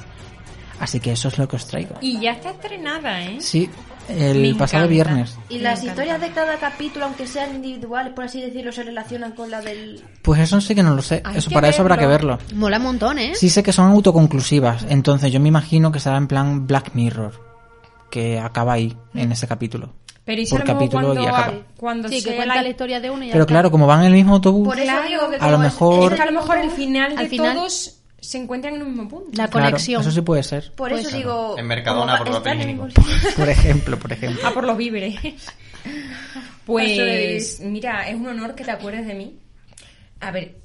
A: Así que eso es lo que os traigo.
G: Y ya está estrenada, ¿eh?
A: Sí,
G: Me
A: el
G: encanta.
A: pasado viernes.
E: Y
G: Me
E: las
G: encanta.
E: historias de cada capítulo, aunque sean individuales, por así decirlo, se relacionan con la del...
A: Pues eso sí que no lo sé.
G: Hay
A: Eso
G: que
A: para eso habrá que
G: verlo.
A: verlo.
C: Mola un montón, ¿eh?
A: Sí sé que son autoconclusivas. Entonces yo me imagino que será en plan Black Mirror. Que acaba ahí, en ese capítulo.
G: Pero y si
A: Por
G: a lo mejor
A: capítulo y
G: cuando,
A: acaba.
G: a- cuando
C: Sí, que
G: sea
C: cuenta
G: la-
C: la historia de uno y ya
A: Pero
C: está.
A: claro, como van en el mismo autobús...
E: Por eso digo que
A: a lo
E: como es-
A: mejor-
E: es
G: que a
E: el
G: lo mejor el
E: autobús-
G: final de
C: Al final-
G: todos se encuentran en un mismo punto.
C: La
A: Claro, eso sí puede ser.
E: Por eso
G: Pues-
E: digo.
F: En Mercadona,
E: como
F: por papel
E: están en
F: higiénico.
E: ningún-
A: Por ejemplo, por ejemplo.
G: Ah, por los víveres. Pues mira, es un honor que te acuerdes de mí. A ver,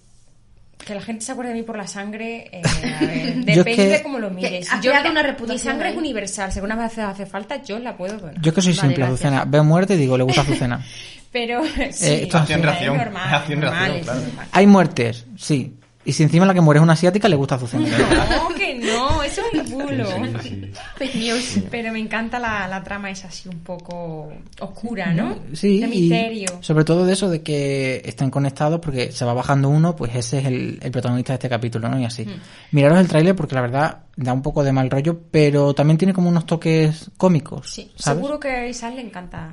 G: que la gente se acuerde de mí por la sangre, eh, a ver,
A: Yo es
G: depende
A: que-
G: de cómo lo mires.
E: Que has
G: Yo,
E: creado
G: mira,
E: una
G: mi
E: reputación
G: sangre
E: ahí.
G: es universal, si alguna vez hace falta, yo la puedo donar.
A: Yo que soy simple, Azucena. Veo muerte y digo, le gusta Azucena.
G: Pero sí,
A: Eh, esto es
G: es
A: acción
F: ración,
G: normal,
F: acción
G: normal,
F: ración,
G: es
F: claro.
G: normal.
A: Hay muertes, sí. Y si encima la que muere es una asiática, le gusta Azucena.
G: No, que no, eso es un bulo.
C: Fake news.
G: Pero me encanta la, la trama es así un poco oscura, ¿no?
A: Sí,
G: De
A: y
G: misterio.
A: sobre todo de eso de que están conectados porque se va bajando uno, pues ese es el, el protagonista de este capítulo, ¿no? Y así.
G: Mm.
A: Miraros el tráiler porque la verdad da un poco de mal rollo, pero también tiene como unos toques cómicos,
G: Sí,
A: ¿sabes?
G: seguro que a Isaac le encanta.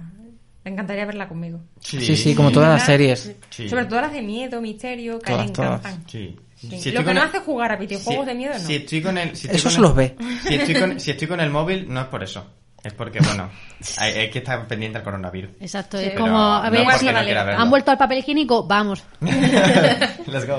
G: Le encantaría verla conmigo.
A: Sí, sí, como todas las
G: ¿Verdad?
A: series.
F: Sí.
G: Sobre todo las de miedo, misterio, que
A: Todas,
G: a él le encantan.
A: todas.
F: Sí.
G: Sí.
F: Si estoy
G: Lo que
F: con
G: no
F: el-
G: hace jugar a videojuegos
F: si-
G: de miedo, no.
F: Si estoy con el, si estoy
A: Eso
F: con
A: se
F: el-
A: los ve.
F: Si estoy, con, si estoy con el móvil, no es por eso. Es porque, bueno, hay, hay que estar pendiente al coronavirus.
C: Exacto,
G: Sí.
C: es
G: Pero
C: como, a
F: no
C: ver,
F: porque
C: si
F: no quiera verlo.
C: han vuelto al papel higiénico, vamos.
F: Let's go.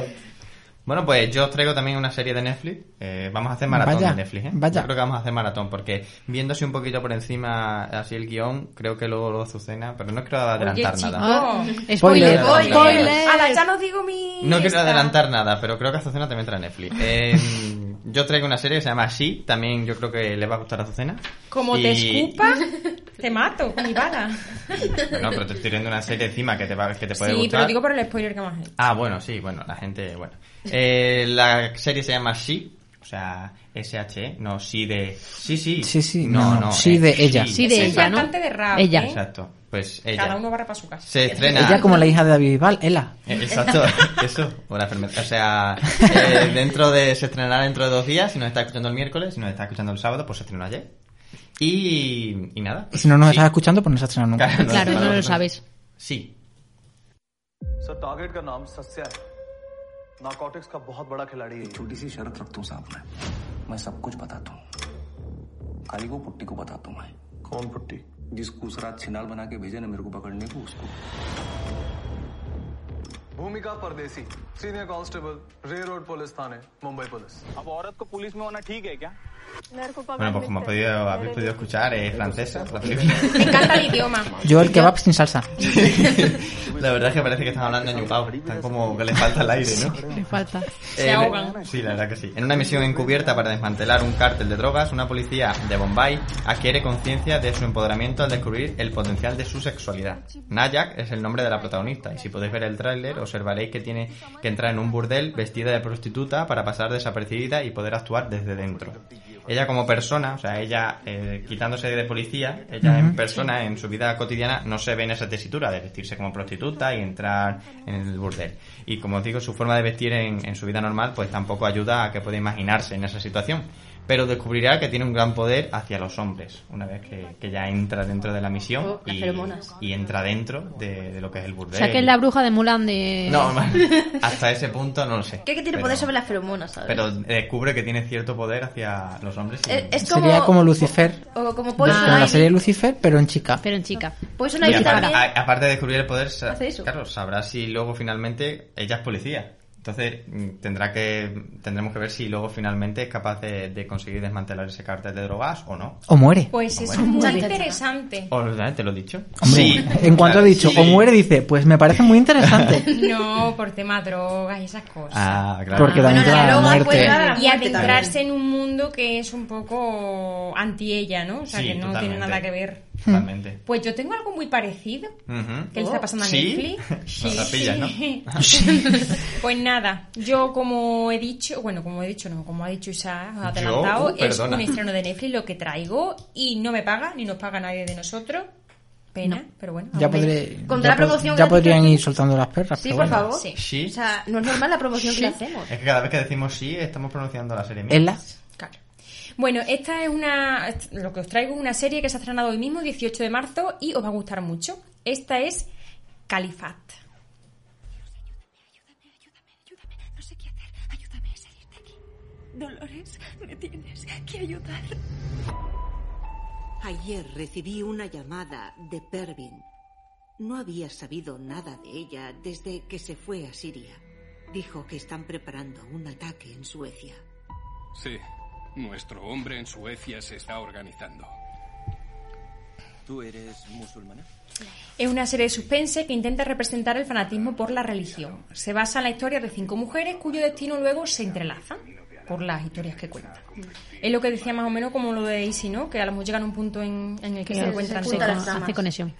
F: Bueno, pues yo os traigo también una serie de Netflix. Eh, vamos a hacer maratón
A: Vaya,
F: de Netflix, ¿eh?
A: vaya.
F: Yo creo que vamos a hacer maratón, porque viéndose un poquito por encima así el guión, creo que luego lo Azucena, pero no quiero adelantar
G: Oye, chico.
F: nada.
C: Ah,
A: Spoiler,
C: spoiler,
F: spoiler.
C: spoiler.
G: A la ya no digo mi.
F: No quiero
G: esta.
F: adelantar nada, pero creo que Azucena también trae Netflix. Eh, yo traigo una serie que se llama Así, también yo creo que le va a gustar a Azucena.
G: Como te
F: Y-
G: escupa, te mato con mi bala.
F: Bueno, pero te estoy viendo una serie encima que te, va, que te puede
G: sí,
F: gustar.
G: pero digo por el spoiler que más hay.
F: Ah, bueno, sí, bueno, la gente, bueno. Eh, la serie se llama She, o sea, SHE, no, sí de... Sí, sí.
A: Sí, sí, no, sí
F: eh,
A: de ella.
C: Sí,
G: Eso
C: de
G: es
C: ella, ¿no?
G: cantante de rap.
C: Ella.
G: ¿eh?
F: Exacto, pues ella.
G: Cada uno barra para su casa.
F: Se estrena...
A: Ella como la hija de David Bisbal, Ela.
F: Eh, Exacto, eso, o la enfermedad. O sea, eh, dentro de, se estrenará dentro de dos días, si nos está escuchando el miércoles, si nos está escuchando el sábado, pues se estrenó ayer. Y, y nada.
A: Y si no nos
F: Sí.
A: estás escuchando, pues no se ha estrenado nunca.
F: no
C: Claro,
F: está-
C: no lo sabes.
F: Sí,
I: सर टारगेट का नाम सस्या है नार्कोटिक्स का बहुत बड़ा खिलाड़ी है
J: छोटी सी शर्त रखता हूँ साहब मैं मैं सब कुछ बताता हूँ काली को पुट्टी को बताता हूँ मैं
I: कौन पुट्टी
J: जिसको उस रात छिनाल बना के भेजे ना मेरे को पकड़ने को उसको
I: भूमिका परदेसी सीनियर कांस्टेबल रे रोड पुलिस थाने मुंबई पुलिस अब औरत को पुलिस में होना ठीक है क्या
F: bueno, pues como habéis podido, habéis podido escuchar, es francesa, la película.
G: Me encanta el idioma.
A: Yo el kebab sin salsa.
F: La verdad es que parece que están hablando añucao. Están como que les falta el aire, ¿no?
C: Me falta.
G: Se
F: Eh,
G: ahogan.
F: Sí, la verdad que sí. En una misión encubierta para desmantelar un cártel de drogas, una policía de Bombay adquiere conciencia de su empoderamiento al descubrir el potencial de su sexualidad. Nayak es el nombre de la protagonista y si podéis ver el tráiler observaréis que tiene que entrar en un burdel vestida de prostituta para pasar desapercibida y poder actuar desde dentro. Ella como persona, o sea, ella eh, quitándose de policía, ella en persona, en su vida cotidiana, no se ve en esa tesitura de vestirse como prostituta y entrar en el burdel. Y como os digo, su forma de vestir en, en su vida normal, pues tampoco ayuda a que pueda imaginarse en esa situación. Pero descubrirá que tiene un gran poder hacia los hombres, una vez que, que ya entra dentro de la misión
E: Oh, las
F: y,
E: feromonas.
F: y entra dentro de, de lo que es el
C: O
F: burdel.
C: sea, que es la bruja de Mulan de...
F: No, hasta ese punto no lo sé.
E: Creo que tiene
F: Pero-
E: poder sobre las feromonas, ¿sabes?
F: Pero descubre que tiene cierto poder hacia los hombres. y-
E: Eh, es como.
A: Sería como Lucifer.
E: O como
A: Como
E: Poison
A: la
E: Ivy.
A: serie Lucifer, pero en chica.
C: Pero en chica.
E: Poison
F: Y
E: Ivy
F: aparte,
E: también.
F: a- aparte de descubrir el poder, sa-
E: Hace eso.
F: claro, sabrá si luego finalmente ella es policía. Entonces mm, tendrá que tendremos que ver si luego finalmente es capaz de, de conseguir desmantelar ese cartel de drogas o no.
A: O muere.
G: Pues es
F: Bueno.
G: muy
E: Chan, chan, chan.
G: interesante.
F: O, ¿verdad? te lo he dicho.
A: Hombre, en cuanto
F: claro,
A: ha dicho
F: sí.
A: o muere, dice, pues me parece muy interesante.
G: No, por tema drogas y esas cosas.
F: Ah, claro.
A: Porque también te da
E: bueno, la
A: la
E: droga puede
G: pues,
A: muerte.
E: dar
F: Ah,
E: a la
G: y
E: muerte
G: adentrarse en un mundo que es un poco anti ella, ¿no? O sea,
F: Sí,
G: que no
F: totalmente.
G: tiene nada que ver.
F: Totalmente.
G: Pues yo tengo algo muy parecido
F: Ujú.
G: que le está pasando a
F: Oh, ¿Sí?
G: Netflix.
F: No la pillas, ¿no?
G: Pues nada, yo como he dicho, bueno, como he dicho, no, como ha dicho Isa, os ha
F: Yo,
G: adelantado,
F: uh,
G: es
F: perdona.
G: un estreno de Netflix lo que traigo y no me paga, ni nos paga nadie de nosotros. Pena, pero bueno.
A: Ya,
G: vamos a ver.
A: podré,
E: Con
A: ya,
E: la
A: pod- ya
E: promoción gratis
A: podrían
E: que
A: ir
E: hacen.
A: soltando las perras.
E: Sí,
A: pero
E: por
A: bueno.
E: favor.
G: Sí.
F: Sí.
E: O sea, no es normal la promoción que le hacemos.
F: Es que cada vez que decimos sí, estamos pronunciando la serie misma.
A: Ella,
G: Claro. Bueno, esta es una. Lo que os traigo es una serie que se ha estrenado hoy mismo, 18 de marzo, y os va a gustar mucho. Esta es Califat.
H: No sé qué hacer. Ayúdame a salir de aquí. Dolores, me tienes que ayudar.
L: Ayer recibí una llamada de Pervin. No había sabido nada de ella desde que se fue a Siria. Dijo que están preparando un ataque en Suecia.
M: parece, nuestro hombre en Suecia se está organizando.
K: ¿Tú eres musulmana?
G: Es una serie de suspense que intenta representar el fanatismo por la religión. Se basa en la historia de cinco mujeres cuyo destino luego se entrelaza por las historias que cuentan. Es lo que decía más o menos como lo de Easy, ¿no? Que a lo mejor llegan a un punto en, en el que
C: Que
G: se
C: se
G: encuentran
C: juntan
G: todas.
C: las tramas. Hace conexión.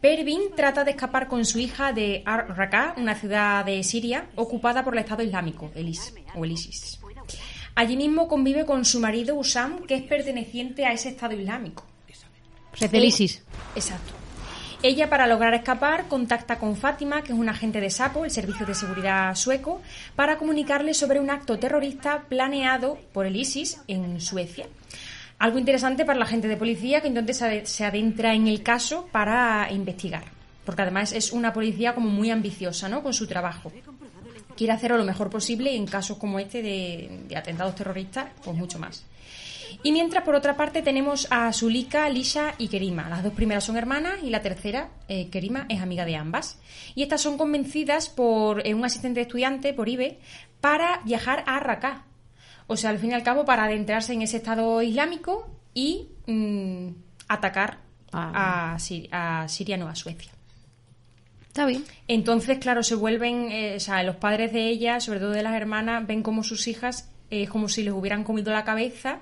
G: Pervin trata de escapar con su hija de Ar-Raqqa, una ciudad de Siria ocupada por el Estado Islámico, el IS, o el ISIS. Allí mismo convive con su marido Usam, que es perteneciente a ese Estado Islámico.
C: Pues es del ISIS.
G: Exacto. Ella, para lograr escapar, contacta con Fátima, que es un agente de SAPO, el Servicio de Seguridad Sueco, para comunicarle sobre un acto terrorista planeado por el ISIS en Suecia. Algo interesante para la gente de policía que entonces se ade- se adentra en el caso para investigar. Porque además es una policía como muy ambiciosa, ¿no? Con su trabajo. Quiere hacerlo lo mejor posible y en casos como este de, de atentados terroristas, pues mucho más. Y mientras, por otra parte, tenemos a Zulika, Lisha y Kerima. Las dos primeras son hermanas y la tercera, eh, Kerima, es amiga de ambas. Y estas son convencidas por eh, un asistente de estudiante, por IBE, para viajar a Raqqa. O sea, al fin y al cabo, para adentrarse en ese Estado Islámico y mm, atacar a, Sir- a Siria, no a Suecia.
C: Está bien.
G: Entonces, claro, se vuelven, eh, o sea, los padres de ella, sobre todo de las hermanas, ven como sus hijas eh, es como si les hubieran comido la cabeza,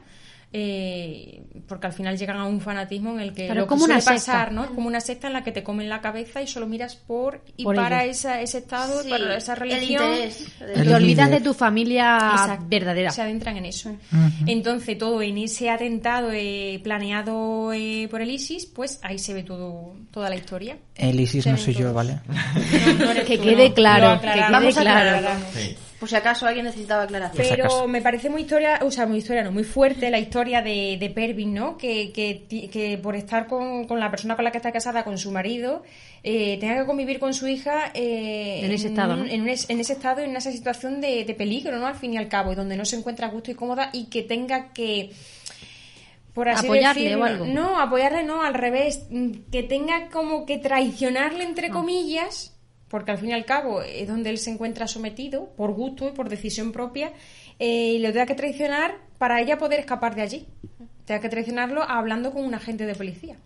G: eh, porque al final llegan a un fanatismo en el que
C: Claro,
G: lo que
C: como una
G: suele pasar,
C: secta.
G: ¿no? Es como una secta en la que te comen la cabeza y solo miras por y
C: Por
G: para
C: ello.
G: esa- ese estado,
E: Sí,
G: para esa
E: el
G: religión.
E: interés.
C: El Te olvidas interés. de tu familia
G: Exacto.
C: verdadera.
G: Se adentran en eso.
C: Ujú.
G: Entonces, todo en ese atentado eh, planeado eh, por el ISIS, pues ahí se ve todo, toda la historia.
A: El ISIS
G: Se
A: no
G: ven
A: soy yo, ¿vale?
G: que
C: quede claro, que quede
E: Vamos a
C: claro.
E: aclararlo. Por si acaso alguien necesitaba aclaración.
G: Pero me parece muy historia, o sea, muy historia, no, muy fuerte la historia de, de Pervin, ¿no? Que, que, ti- que por estar con, con la persona con la que está casada, con su marido, eh, tenga que convivir con su hija eh,
C: En ese estado,
G: un-
C: ¿no?
G: en, un es- en ese estado, en esa situación de, de peligro, ¿no? Al fin y al cabo, y donde no se encuentra a gusto y cómoda y que tenga que por así
C: Apoyarle
G: decirlo,
C: o algo.
G: no, apoyarle no, al revés, mm, que tenga como que traicionarle entre
C: Ah.
G: comillas, porque al fin y al cabo es donde él se encuentra sometido por gusto y por decisión propia, eh, y lo tenga que traicionar para ella poder escapar de allí. Tenga que traicionarlo hablando con un agente de policía.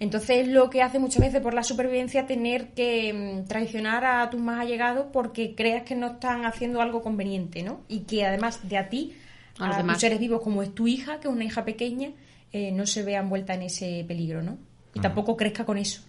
G: Entonces lo que hace muchas veces por la supervivencia tener que mm, traicionar a tus más allegados porque creas que no están haciendo algo conveniente, ¿no? Y que además de a ti,
C: A
G: a,
C: los
G: tus
C: demás.
G: seres vivos, como es tu hija, que es una hija pequeña, eh, no se vea envuelta en ese peligro, ¿no? Y tampoco crezca con eso.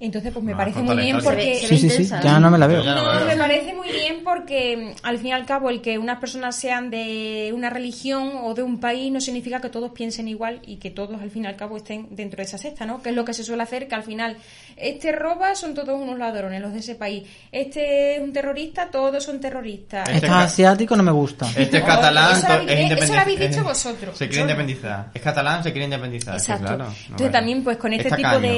G: Entonces, pues me
A: No,
G: parece
A: con toda
G: muy
A: la
G: bien
A: historia.
G: porque...
A: Se ve- se ve Sí, sí, sí, intensa, ya ¿no? no me la veo. Ya no me la veo.
G: No, me parece muy bien porque, mm, al fin y al cabo, el que unas personas sean de una religión o de un país no significa que todos piensen igual y que todos, al fin y al cabo, estén dentro de esa cesta, ¿no? Que es lo que se suele hacer, que al final, este roba son todos unos ladrones, los de ese país. Este es un terrorista, todos son terroristas.
F: Eh,
A: Este Eh. es asiático, no me gusta.
F: Este es
G: Oh,
F: catalán,
G: eso lo habéis-
F: es
G: eh, eso lo habéis
F: independiz-
G: dicho
F: es-
G: vosotros.
F: Se
G: Yo
F: quiere
G: no.
F: independizar. Es catalán, se quiere independizar. sí,
G: Exacto.
F: claro. No,
G: Entonces
F: bueno.
G: también pues con este
F: Es
G: tipo de,
F: tacaño.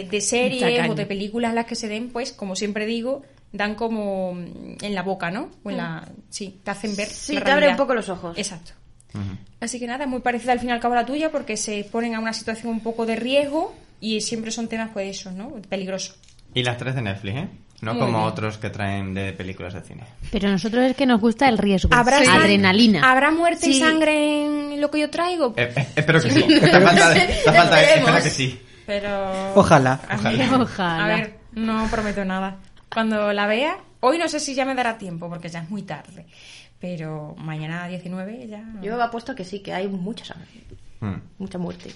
G: de- de series
C: Tacaño.
G: o de películas las que se den, pues como siempre digo, dan como mm, en la boca, ¿no? O en la, sí, te hacen ver.
E: Mm. Sí,
G: la
E: te abre
G: realidad.
E: un poco los ojos.
G: Exacto. Así que nada, muy parecida al fin y al cabo a la tuya porque se ponen a una situación un poco de riesgo y siempre son temas pues esos, ¿no? Peligrosos.
F: Y las tres de Netflix, ¿eh? No
G: Muy
F: como
G: bien.
F: otros que traen de películas de cine.
C: Pero a nosotros es que nos gusta el riesgo.
G: ¿Habrá sang-
C: Adrenalina.
G: ¿Habrá muerte y
C: Sí.
G: sangre en lo que yo traigo?
F: Eh, eh, espero que sí. Esta falta de, esta falta de- espero que sí.
G: Pero...
A: Ojalá.
G: A
F: Ojalá.
G: ver,
C: Ojalá.
G: A ver, no prometo nada. Cuando la vea, hoy no sé si ya me dará tiempo porque ya es muy tarde. Pero mañana a 19 ya.
E: Yo me apuesto que sí, que hay mucha sangre,
F: mm.
E: mucha muerte.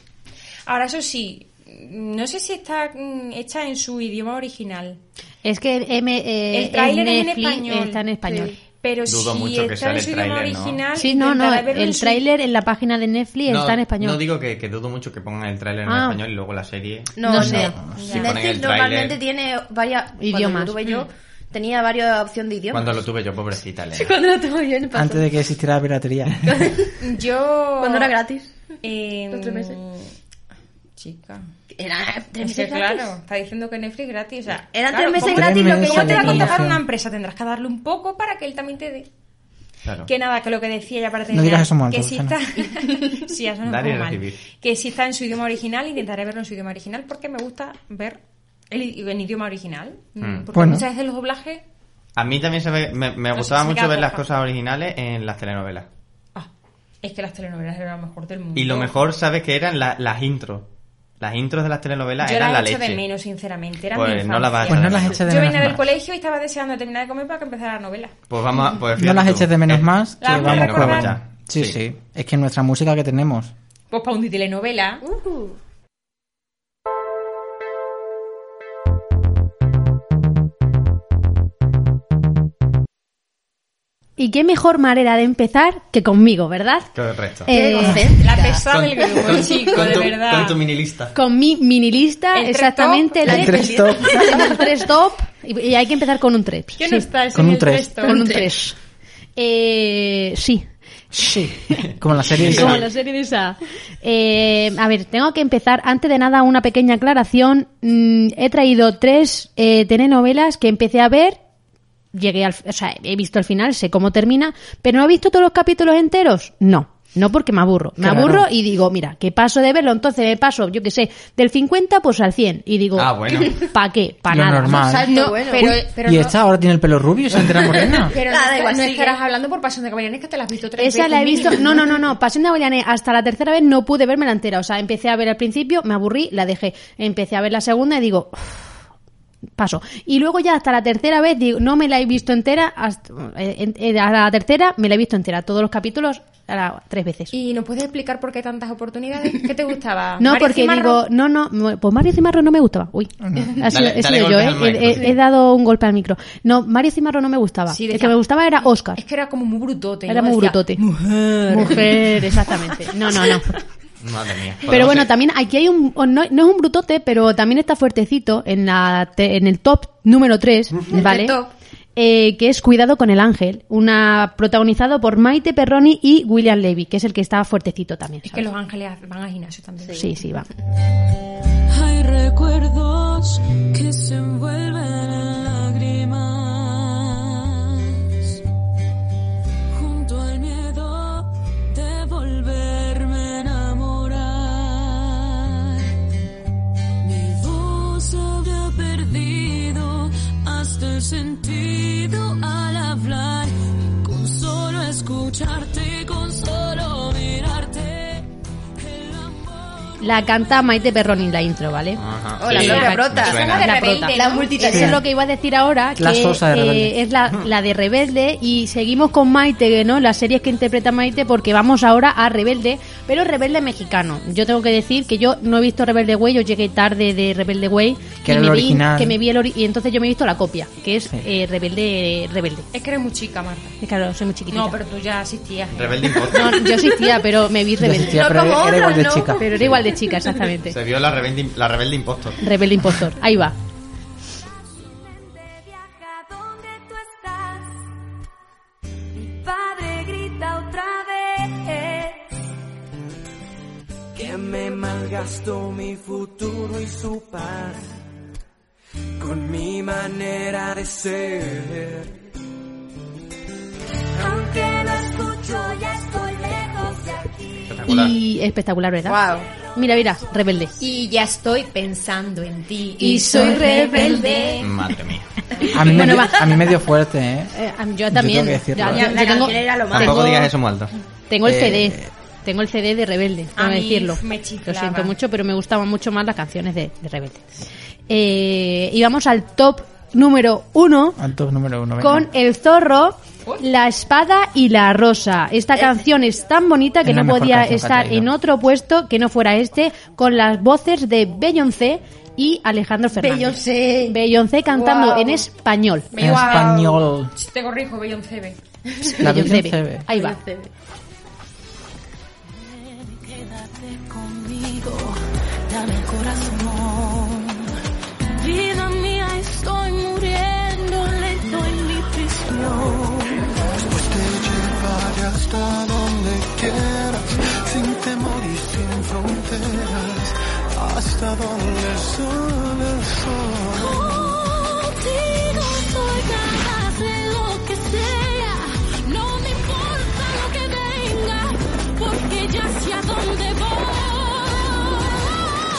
G: Ahora, eso sí, no sé si está mm, hecha en su idioma original.
C: Es que M, eh,
G: el tráiler
C: en
G: es en
C: Netflix
G: español.
C: Está en español.
G: Sí. Pero
F: Dudo
G: si
F: mucho que
G: está
F: sea
G: en
F: el
G: su idioma
F: tráiler, ¿no?
G: original.
C: Sí, no, no.
G: intentaré verlo en
C: El
G: su-
C: tráiler en la página de Netflix está en español.
F: no digo que, que dudo mucho que pongan el tráiler en
C: Ah.
F: español y luego la serie.
E: No,
C: No
E: sé.
C: sé.
F: Si
E: Netflix
F: ponen el
E: normalmente
F: tráiler-
E: tiene varias
C: Idiomas.
E: Cuando lo tuve yo, tenía varias opciones de idiomas.
F: Cuando lo tuve yo, pobrecita Elena.
E: Cuando lo tuve yo, no pasó.
A: Antes de que existiera la piratería.
G: Yo.
E: Cuando era gratis.
G: Eh,
E: Los tres meses.
G: Chica.
E: Era tres
G: Es que,
E: meses
G: claro,
E: gratis.
G: está diciendo que Netflix gratis. O sea,
E: Eran
G: claro,
E: tres meses
G: ¿cómo-
E: gratis lo que
G: ¿Cómo
E: yo
G: te va a
E: tenía.
G: contratar una
E: Sí.
G: empresa? Tendrás que darle un poco para que él también te dé.
F: Claro.
G: Que nada, que lo que decía ya para
A: No
G: terminar.
A: digas eso mal,
G: que si está...
A: Roxana.
G: Sí, ya suena un
F: Dar y
G: poco mal.
F: recibir.
G: Que si está en su idioma original, intentaré verlo en su idioma original porque me gusta ver el, i- en idioma original. Mm,
F: Mm.
G: Porque
A: Bueno.
G: muchas veces los doblajes
F: A mí también se ve- me, me
G: No,
F: gustaba
G: se me
F: mucho
G: queda
F: ver las
G: corta.
F: cosas originales en las telenovelas.
G: Ah, Es que las telenovelas eran lo mejor del mundo.
F: Y lo mejor, ¿sabes que eran? La- las intros. Las intros de las telenovelas
G: Yo
F: eran
G: las
F: la
G: echo
F: leche.
G: de menos, sinceramente. Era
F: Pues
G: mi
F: no las vas
G: infancia.
F: a echar Pues no de las menos. eches de
G: Yo
F: menos
G: venía del
F: más.
G: colegio y estaba deseando terminar de comer para que empezara la novela.
F: Pues vamos a- pues
A: No
F: fíjate
A: las
F: tú.
A: eches de menos más, que
G: Las voy a
A: vamos
G: recordar.
A: con- Eh, Sí, sí, Es que nuestra música que tenemos.
G: Pues para un telenovela.
C: Y qué mejor manera de empezar que conmigo, ¿verdad?
F: Correcto.
C: Eh,
G: la pesada del grupo,
F: con-
G: chico,
F: con
G: de
F: tu-
G: verdad.
F: Con tu mini lista.
C: Con mi mini lista, exactamente.
A: top.
C: de-
A: El tres top.
C: Tenemos el tres top. Y, y hay que empezar con un 3.
G: ¿Qué no está ese
A: Con
G: en
A: un
G: el
A: tres.
G: resto?
C: Con un 3. Eh, sí.
A: Sí. Como la serie de
C: Como
A: Isaac.
C: la serie de esa. a ver, tengo que empezar. Antes de nada, una pequeña aclaración. Mm, he traído tres eh, telenovelas que empecé a ver. Llegué al, o sea, he visto el final, sé cómo termina, pero no he visto todos los capítulos enteros. No, no porque me aburro. Me
A: Qué raro.
C: aburro y digo, mira, que paso de verlo, entonces me paso, yo qué sé, del 50 pues al 100 y digo,
F: Ah, bueno.
C: ¿para qué? Para
A: Lo
C: nada.
A: normal. Un salto
G: No, pero, pero
A: y
G: no,
A: esta ahora tiene el pelo rubio y se entera morena.
G: pero no,
E: Nada,
G: está-
E: igual,
G: no
E: sigue.
G: estarás hablando por pasión de caballeros que te la has visto tres veces.
C: Esa la he visto.
G: mínimo.
C: No, no, no, no. Pasión de Avellaneda. Hasta la tercera vez no pude verme la entera. O sea, empecé a ver al principio, me aburrí, la dejé. Empecé a ver la segunda y digo. "Uf, Paso. Y luego ya hasta la tercera vez, digo, no me la he visto entera. Hasta, eh, eh, a la tercera me la he visto entera. Todos los capítulos, a la- tres veces.
G: ¿Y nos puedes explicar por qué tantas oportunidades? ¿Qué te gustaba? ¿Mario
C: No,
G: Ah,
C: porque
G: Cimarro?
C: digo, no, no, pues Mario Cimarro no me gustaba. Uy, ha sido,
F: Dale-
C: he
F: dale
C: sido yo,
F: golpes
C: ¿eh?
F: al micro,
C: he,
F: sí.
C: he- he dado un golpe al micro. No, Mario Cimarro no me gustaba.
G: Sí,
C: el que
G: decía-
C: me gustaba era Oscar.
G: Es que era como muy brutote.
C: Era
G: ¿no?
C: muy
G: Decía,
C: brutote.
G: Mujer.
C: Mujer, exactamente. No, no, no.
F: Madre mía.
C: Pero
F: Podemos
C: bueno,
F: ir-
C: también aquí hay un. o No, no es un brutote, pero también está fuertecito en, la, te- en el top número 3, ¿vale?
G: top.
C: Eh, que es Cuidado con el Ángel, una protagonizado por Maite Perroni y William Levy, que es el que está fuertecito también.
G: Es que
C: ¿sabes?
G: los ángeles van al gimnasio también.
C: Sí, sí, va.
N: Hay recuerdos que se envuelven en lágrimas junto al miedo de volverme a enamorar. Mi voz había perdido hasta el sentido al hablar, con solo escucharte, con solo mirarte.
C: La canta Maite Perroni la intro, ¿vale?
G: Ah.
F: Ajá.
E: Hola,
C: Sí.
E: la brota.
C: Me suena.
E: La
C: La
E: brota.
C: brota.
E: La
C: Eso
E: multitarea.
C: es lo que iba a decir ahora, que
A: La sosa de
C: eh,
A: Rebelde.
C: es la, la de Rebelde y seguimos con Maite, ¿no? Las series que interpreta Maite porque vamos ahora a Rebelde, pero Rebelde mexicano. Yo tengo que decir que yo no he visto Rebelde Way, yo llegué tarde de Rebelde Way
A: Que
C: y,
A: era
C: me
A: el
C: vi,
A: original.
C: que me vi el ori- y entonces yo me he visto la copia, que es eh, Rebelde Rebelde.
G: Es que eres muy chica, Marta.
C: Es que, claro, soy muy chiquitita.
G: No, pero tú ya asistías. ¿eh?
F: Rebelde Import.
C: No, yo existía, pero me vi Rebelde.
A: existía, No pero como era otras, igual de ¿no? chica.
C: Pero era igual de chica, exactamente.
F: Se vio la rebelde, la rebelde impostor.
C: Rebelde impostor. Ahí va.
N: padre grita otra vez.
O: que me malgastó mi futuro y su paz con mi manera de ser.
N: Aunque no escucho, ya estoy lejos de aquí.
C: Y espectacular, ¿verdad? Mira, mira, rebelde.
G: Y ya estoy pensando en ti.
C: Y soy rebelde.
F: Madre mía.
A: A mí, me
C: Bueno,
A: dio,
C: va.
A: a mí me dio fuerte, ¿eh?
C: Eh, a mí- yo
A: Yo
C: también.
A: tengo que decirlo.
C: Ya,
A: La-
C: yo
A: la
C: tengo,
A: canción era lo más.
F: Tampoco
C: tengo-
F: digas eso muy alto.
C: Tengo el
A: Eh,
C: CD. Tengo el CD de Rebelde.
G: A
C: tengo que
G: mí
C: decirlo.
G: me
C: Lo
G: chiflaba.
C: siento mucho, pero me gustaban mucho más las canciones de, de Rebelde. Eh, y vamos al top número uno
A: Al top número uno. Ah, venga.
C: con El Zorro, La Espada y la Rosa.
G: Eh.
C: Esta canción es tan bonita que
A: es la
C: no
A: mejor
C: podía
A: canción que ha
C: estar
A: traído.
C: en otro puesto que no fuera este, con las voces de Beyoncé y Alejandro Fernández. Beyoncé. cantando
G: Guau.
C: en español.
A: En español.
G: Ch, Te corrijo, Beyoncé. ve.
A: La
C: Beyoncé.
A: Beyoncé ve.
C: Ahí va.
N: Quédate conmigo, dame el corazón. Vida mía, estoy muriendo lento en mi prisión.
O: Te llevaré hasta donde quieras, sin temor y sin fronteras, hasta donde sale el sol.
N: Contigo soy capaz de lo que sea. No me importa lo que venga, porque ya sé a dónde voy.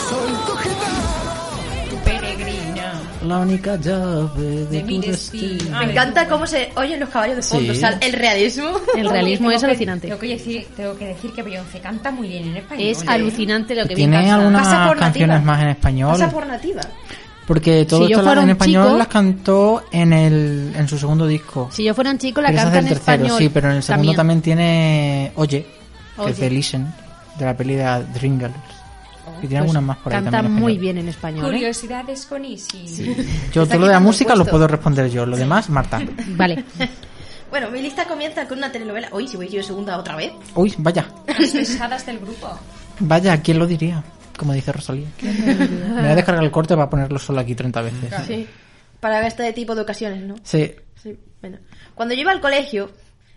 O: Soy tu gitano.
A: la única llave de,
E: De
A: tu
E: mi
A: destino.
C: Ah,
E: Me encanta cómo se oyen los caballos de fondo.
A: Sí.
E: O sea, el realismo.
G: Tengo que- Tengo que, decir, tengo que decir que Beyoncé canta muy bien en español.
C: Es
G: ¿eh?
C: alucinante lo que
A: ¿Tiene
C: vi pasar.
A: algunas
C: Pasa por
A: canciones
C: nativa.
A: más en español?
C: Pasa por nativa.
A: Porque todo
C: Si yo
A: esto
C: fuera
A: en
C: un
A: español
C: chico-
A: las cantó en el en su segundo disco.
C: Si yo fuera un chico, la
A: Pero esa es
C: canta en
A: del tercero,
C: español.
A: sí, pero en el segundo también, tiene Oye, que
C: Oye.
A: es de Listen, de la peli de Dreamgirls. y tiene
C: Pues
A: algunas más por ahí
C: Canta
A: también. en
C: muy
A: español.
C: bien en español. ¿eh?
G: Curiosidades con Isi.
A: Yo todo lo de
E: Está
A: la
E: quitando el
A: música lo
E: puesto.
A: puedo responder yo, lo demás Marta.
C: Vale.
E: bueno, mi lista comienza con una telenovela. Uy, si voy yo de segunda otra vez.
A: Uy, vaya,
G: Las pesadas del grupo.
A: vaya, ¿quién lo diría? Como dice Rosalía. Me voy a descargar el corte para ponerlo solo aquí 30 veces.
E: Sí. Para este tipo de ocasiones, ¿no?
A: Sí,
E: Sí, bueno. Cuando yo iba al colegio,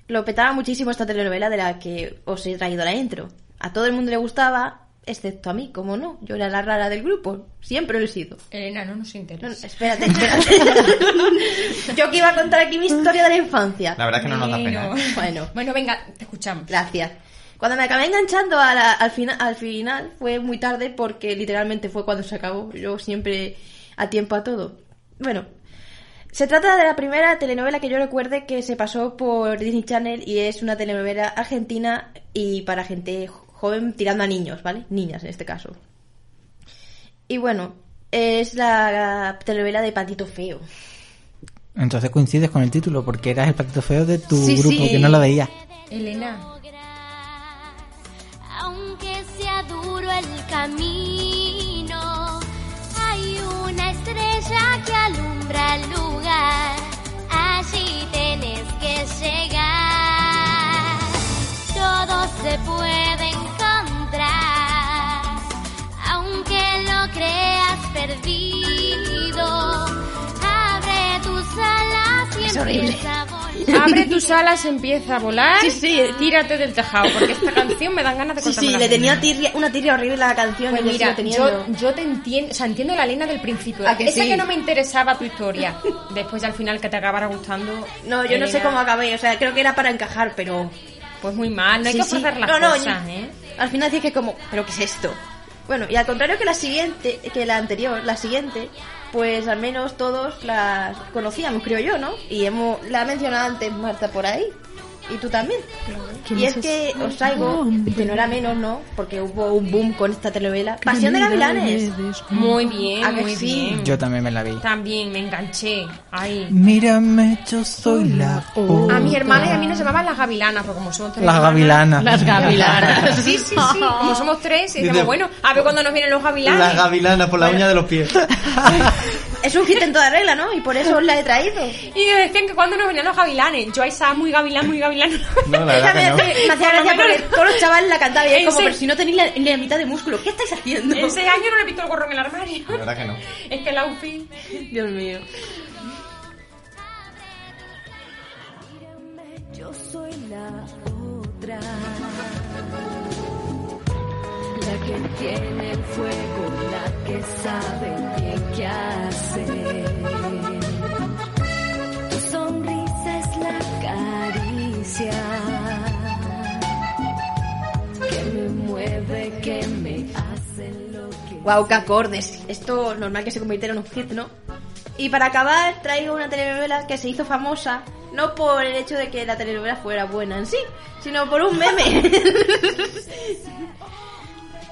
E: lo petaba muchísimo esta telenovela de la que os he traído la intro. A todo el mundo le gustaba, excepto a mí, como no. Yo era la rara del grupo, siempre lo he sido.
G: Elena, no nos
E: No, no,
G: interesa.
E: espérate, espérate. yo que iba a contar aquí mi historia de la infancia.
F: La verdad es que no nos da pena. ¿eh?
E: Bueno,
G: bueno, venga, te escuchamos.
E: Gracias. Cuando me acabé enganchando a la- al, fina- al final fue muy tarde porque literalmente fue cuando se acabó. Yo siempre a tiempo a todo. Bueno, se trata de la primera telenovela que yo recuerde que se pasó por Disney Channel y es una telenovela argentina y para gente jo- joven tirando a niños, ¿vale? Niñas en este caso. Y bueno, es la telenovela de Patito Feo.
A: entonces coincides con el título porque eras el patito feo de tu
E: Sí,
A: grupo
E: sí.
A: que no lo veía.
G: Elena.
N: Aunque sea duro el camino, hay una estrella que alumbra el lugar. Allí tenés que llegar. Todo se puede encontrar, aunque lo creas perdido. Abre tus alas y
G: Es horrible.
N: empieza a volar.
G: Abre tus alas, empieza a volar.
E: Sí, sí.
G: Tírate del tejado, porque esta canción me dan ganas de
E: Sí,
G: cortarme
E: sí,
G: las
E: le tenía
G: venas.
E: tirria- una tirria horrible a la canción.
G: Pues
E: y yo
G: mira,
E: sigo teniendo.
G: yo, yo te entiendo, o sea, entiendo la Elena del principio.
E: ¿A que
G: Esa
E: sí?
G: que no me interesaba tu historia. Después al final que te acabara gustando.
E: No, yo no sé
G: Elena,
E: cómo acabé, o sea, creo que era para encajar, pero...
G: Pues muy mal, no hay
E: Sí,
G: que
E: sí.
G: forzar las
E: No, no,
G: cosas,
E: yo-
G: ¿eh?
E: Al final dije como, ¿pero qué es esto? Bueno, y al contrario que la siguiente, que la anterior, la siguiente, pues al menos todos las conocíamos, creo yo, ¿no? Y hemos, la ha mencionado antes Marta por ahí, y tú también. Y es que os traigo, que no era menos, ¿no? Porque hubo un boom con esta telenovela. Pasión de Gavilanes.
G: Muy bien,
E: ¿A que
G: muy
E: sí?
G: bien.
A: Yo también me la vi.
G: Mm. También me enganché. Ahí.
A: Mírame, yo soy la
G: A mis
A: otra.
G: hermanas y a mí nos llamaban las gavilanas, porque como somos tres
A: Las
G: hermanas-
A: gavilanas. Las
F: gavilanas.
G: Sí, sí, sí. Como somos tres, y decíamos,
F: Dice-
G: bueno, a ver cuándo nos vienen los gavilanes.
F: La gavilana por la uña de los pies.
E: Es un hit en toda regla, ¿no? Y por eso os la he traído.
G: Y decían que cuando nos venían los gavilanes. Yo ahí estaba muy gavilán, muy gavilán.
F: No, la
E: Esa
F: verdad
E: me,
F: que no.
E: hace- me hacía
G: Por lo
E: gracia porque
G: menos-
E: todos los chavales la cantaban y es como,
G: Ese-
E: pero si no tenéis la- ni la mitad de músculo, ¿qué estáis haciendo?
G: En seis años no le he visto el gorro en el armario.
F: La verdad que no.
G: Es que el outfit...
E: Dios mío.
N: Yo soy la otra, la que tiene el fuego, la que sabe bien qué hacer. Tu sonrisa es la caricia que me mueve, que me hace lo que.
E: Guau, qué acordes. Esto es normal que se convirtiera en un hit, ¿no? Y para acabar, traigo una telenovela que se hizo famosa, no por el hecho de que la telenovela fuera buena en sí, sino por un meme.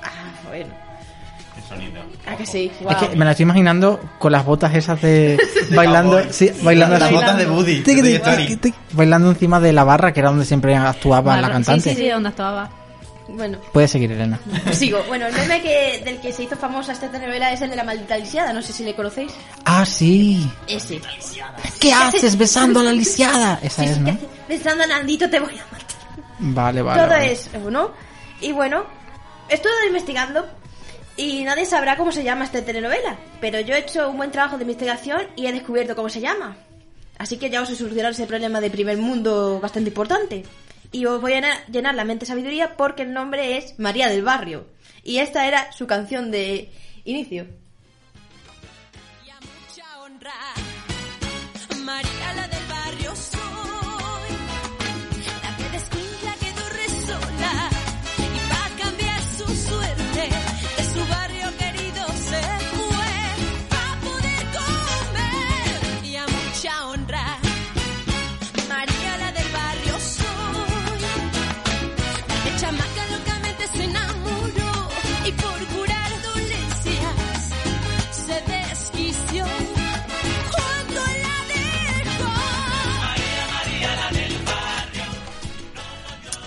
E: ah, bueno.
F: El sonido.
E: Ah, que sí.
A: Es
E: Guau.
A: que me la estoy imaginando con las botas esas de bailando,
F: cowboy.
A: sí, bailando
F: Las
A: así.
F: botas de Woody, de
A: Tic, tic,
F: Toy Story.
A: tic, tic, bailando encima de la barra que era donde siempre actuaba Ah, la
C: Barra-
A: cantante.
C: Sí, sí, sí, donde estaba.
E: Bueno,
A: Puedes seguir, Elena.
E: Pues sigo. Bueno, el meme que, del que se hizo famosa esta telenovela es el de la maldita lisiada, no sé si le conocéis.
A: Ah, sí.
E: Ese.
A: ¿Qué haces besando a la lisiada? Esa es, ¿no?
E: Pensando, Nandito, te voy a matar.
A: Vale, vale.
E: Todo
A: vale.
E: es uno. Y bueno, he estado investigando y nadie sabrá cómo se llama esta telenovela. Pero yo he hecho un buen trabajo de investigación y he descubierto cómo se llama. Así que ya os he solucionado ese problema de primer mundo bastante importante. Y os voy a llenar- llenar la mente de sabiduría porque el nombre es María del Barrio. Y esta era su canción de inicio.
P: mucha honra. María la del barrio soy, la que descuida que corre sola y va a cambiar su suerte. De su barrio querido se fue, va a poder comer.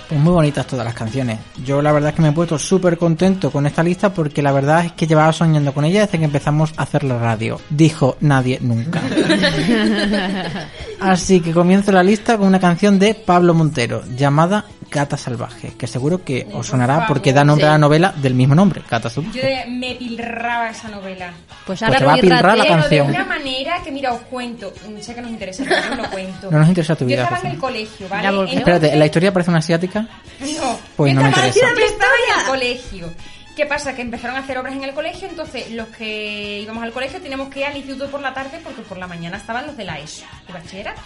A: Pues muy bonitas todas las canciones. Yo la verdad es que me he puesto súper contento con esta lista porque la verdad es que llevaba soñando con ella desde que empezamos a hacer la radio. Dijo nadie nunca. Así que comienzo la lista con una canción de Pablo Montero llamada Gata Salvaje, que seguro que os sonará porque da nombre a la novela del mismo nombre, Gata Salvaje.
G: Yo de- me pilraba esa novela.
A: Pues ahora te va a pilrar la
G: Pero
A: canción.
G: de una manera que, mira, os cuento. Mm, Sé que nos interesa, pero yo os lo cuento.
A: No nos interesa tu vida,
G: Yo estaba en
A: José.
G: el colegio, ¿vale?
C: Ya volvemos.
A: Espérate, ¿en la historia parece una asiática?
G: No.
A: Pues no me
G: Estaba-
A: interesa.
G: Yo estaba en el colegio. ¿Qué pasa? Que empezaron a hacer obras en el colegio, entonces los que íbamos al colegio teníamos que ir al instituto por la tarde porque por la mañana estaban los de la ESO, de bachillerato.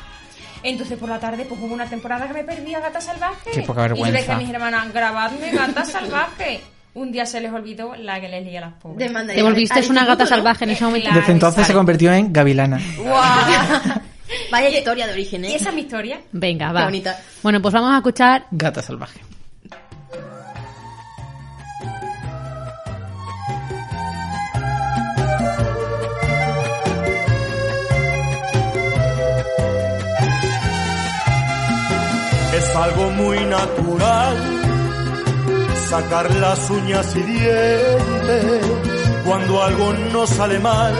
G: Entonces por la tarde pues hubo una temporada que me perdí a Gata Salvaje.
A: Qué poca
G: Y yo le dije
A: vergüenza.
G: a mis hermanas, grabadme Gata Salvaje. Un día se les olvidó la que les lié a las pobres.
C: Te volviste una gata salvaje en ese momento.
A: Desde entonces se convirtió en Gavilana.
G: Vaya historia de origen, ¿eh? Y esa es mi historia.
C: Venga,
G: Qué
C: va.
G: bonita.
C: Bueno, pues vamos a escuchar
A: Gata salvaje.
Q: Es algo muy natural sacar las uñas y dientes cuando algo nos sale mal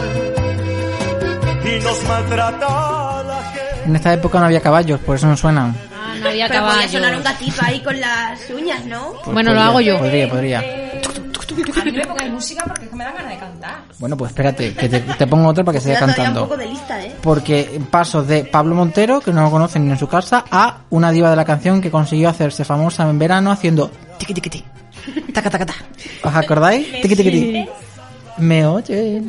Q: y nos maltrata la
A: En esta época no había caballos, por eso no suenan. Pues
C: Ah, no había
E: Pero podía
C: caballo.
E: sonar un gatito ahí con las uñas, ¿no?
A: Pues
C: Bueno, lo
A: podría,
C: hago yo.
A: Podría, podría.
G: A mí me pongáis música porque es que me dan ganas de cantar.
A: Bueno, pues espérate, que te, te pongo otra para que siga
G: Queda todavía
A: cantando.
G: un poco de lista, ¿eh?
A: Porque paso de Pablo Montero, que no lo conocen ni en su casa, a una diva de la canción que consiguió hacerse famosa en verano haciendo tiqui tiqui ti, taca taca ta. ¿Os acordáis? Tiqui tiqui ti. Me oye.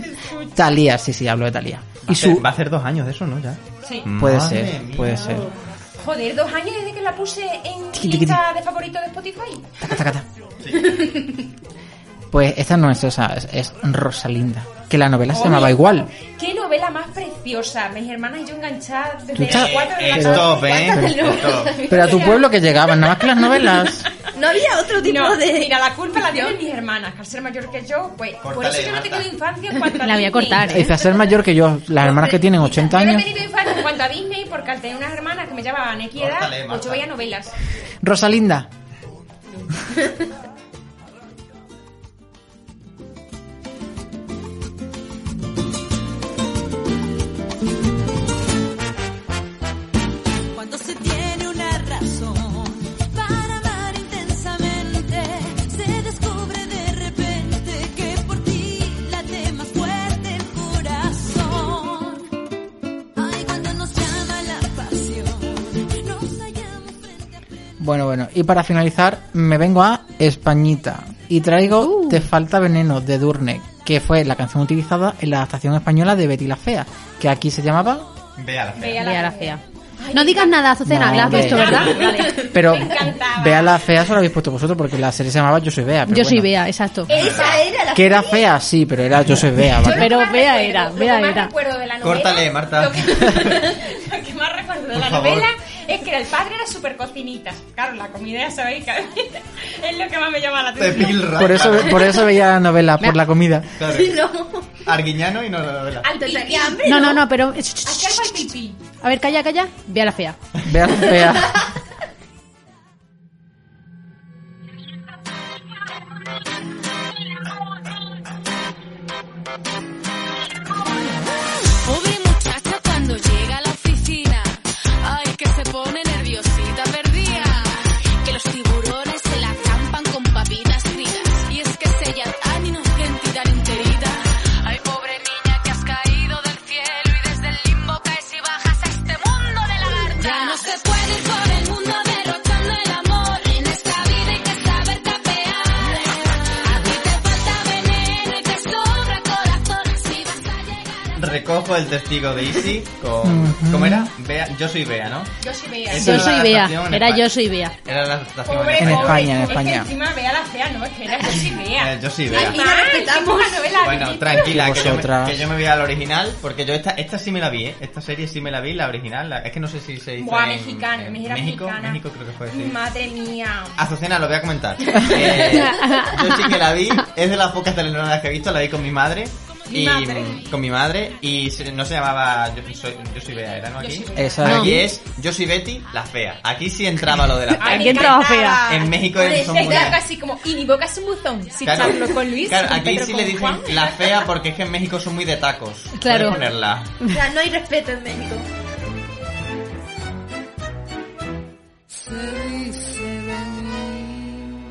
A: Talía, sí, sí, hablo de Talía. Y su
F: Va a hacer dos años de eso, ¿no? Ya.
G: Sí.
A: puede
F: Madre
A: ser,
F: mía.
A: puede ser.
G: Joder, dos años desde que la puse en
A: Tiqui, tiqui,
G: lista de favoritos de Spotify.
A: Taca taca ta. Pues esta no es esa, es, es Rosalinda, que la novela se
G: Oye.
A: llamaba igual.
G: Qué novela más preciosa. Mis hermanas y yo enganchadas
A: Tú
G: desde
A: estás-
G: las 4 de la
A: Pero- Pero a tu pueblo que llegaban, nada más que las novelas.
G: No había otro
E: tipo de-
G: Mira, la culpa la tienen mis hermanas, que al ser mayor que yo, pues por
A: Córtale,
G: eso yo no he tenido
A: Marta.
G: infancia en cuanto a
C: La voy a
G: Disney.
C: cortar,
A: Dice, a eh. ser mayor que yo, las hermanas que tienen 80
G: Yo no he
A: años.
G: tenido infancia en cuanto a Disney porque al tener unas hermanas que me llamaban X edad,
A: Córtale,
G: pues
A: Marta.
G: yo veía novelas.
A: Rosalinda.
P: Cuando se tiene una razón para amar intensamente, se descubre de repente que por ti late más fuerte el corazón. Ay, cuando nos llama la pasión, nos hallamos
A: Bueno, bueno, y para finalizar me vengo a Españita y traigo Te falta veneno de Durne, que fue la canción utilizada en la adaptación española de Betty la Fea, que aquí se llamaba...
F: Vea la
C: Vea la, fea. No digas nada, Azucena,
A: No,
C: la has
A: hombre.
C: visto, ¿verdad? Vale.
A: Pero Vea la Fea se lo habéis puesto vosotros porque la serie se llamaba Yo soy Bea.
C: Yo
A: Pero
C: soy
A: bueno.
C: Bea, exacto.
E: Esa era
A: Que era fea, sí, pero era Yo soy Bea, ¿vale?
C: Pero Bea era,
G: Lo
C: Bea
G: que más
C: era.
G: recuerdo de la novela,
A: Córtale, Marta.
G: lo que más recuerdo de
A: Por
G: la
A: favor.
G: novela es que el padre era súper cocinita. Claro, la comida ya sabéis que a mí es lo que más me llama la atención.
A: Por eso, por eso veía la novela, por la comida.
F: Arguiñano y no la novela.
G: Al pipí.
C: No, no, no, pero...
G: Aquí al pipí.
C: A ver, calla, calla. Vea la fea.
A: Vea la Fea.
N: Pobre muchacha cuando llega a la oficina, ay que se pone nerviosita perdida, que los tiburones se la acampan con papitas fritas y es que es ella tan inocente y tan enterida, ay pobre niña que has caído del cielo y desde el limbo caes y bajas a este mundo de lagartas. Ya no se puede ir por el mundo derrochando el amor, en esta vida hay que saber capear, a ti te falta veneno y te sobra corazón, si vas a
F: Recojo el testigo de Easy con...
A: Ujú.
F: ¿Cómo era? Bea, yo soy Bea, ¿no?
G: Yo soy Bea.
F: Esa
C: Yo
F: era
C: soy
F: la
C: Bea.
F: adaptación en
C: Era
F: España.
C: yo soy Bea.
F: Era la adaptación
G: Pobre,
F: en
A: En
F: España.
A: España, en
G: Es que
A: España.
G: encima vea la fea, no, es que era yo sí vea.
F: Eh, yo soy Bea.
G: Ay, mal, qué poca novela,
F: Bueno,
G: ridícula.
F: tranquila,
A: Y
F: que yo, me,
A: vosotras.
F: que yo me voy al original, porque yo esta, esta sí me la vi, ¿eh? Esta serie sí me la vi, la original. la- es que no sé si se hizo
G: Buah,
F: en-
G: mexicana,
F: en
G: mira,
F: México,
G: mexicana.
F: México creo que fue. sí.
G: Madre mía.
F: Azucena, lo voy a comentar. Eh, yo sí que la vi, es de las pocas telenovelas que he visto, la vi con mi madre. y, mm, con mi madre y se- no se llamaba Yo soy, yo soy Bea, ¿era no aquí? Eh,
A: Esa
F: aquí
A: no.
F: es Yo soy Betty, la fea. Aquí sí entraba lo de la fea.
R: Aquí entraba fea.
F: En México es son muy
R: casi como, y mi boca es un buzón. Si
F: Claro,
R: charlo con Luis,
F: claro,
R: con
F: aquí
R: Pedro,
F: sí
R: con
F: le dicen
R: Juan.
F: la fea porque es que en México son muy de tacos.
R: Claro.
F: Puedes ponerla.
E: O sea, no hay respeto en México.
S: Se dice de mí.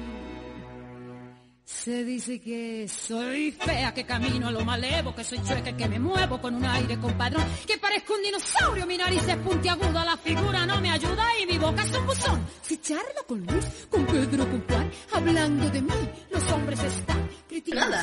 S: Se dice que soy fea, que camino a lo malevo, que soy chueca, que me muevo con un aire compadrón, que parezco un dinosaurio, mi nariz es puntiaguda, la figura no me ayuda y mi boca es un buzón. Si charlo con Luis, con Pedro, con Juan, hablando de mí, los hombres están criticando.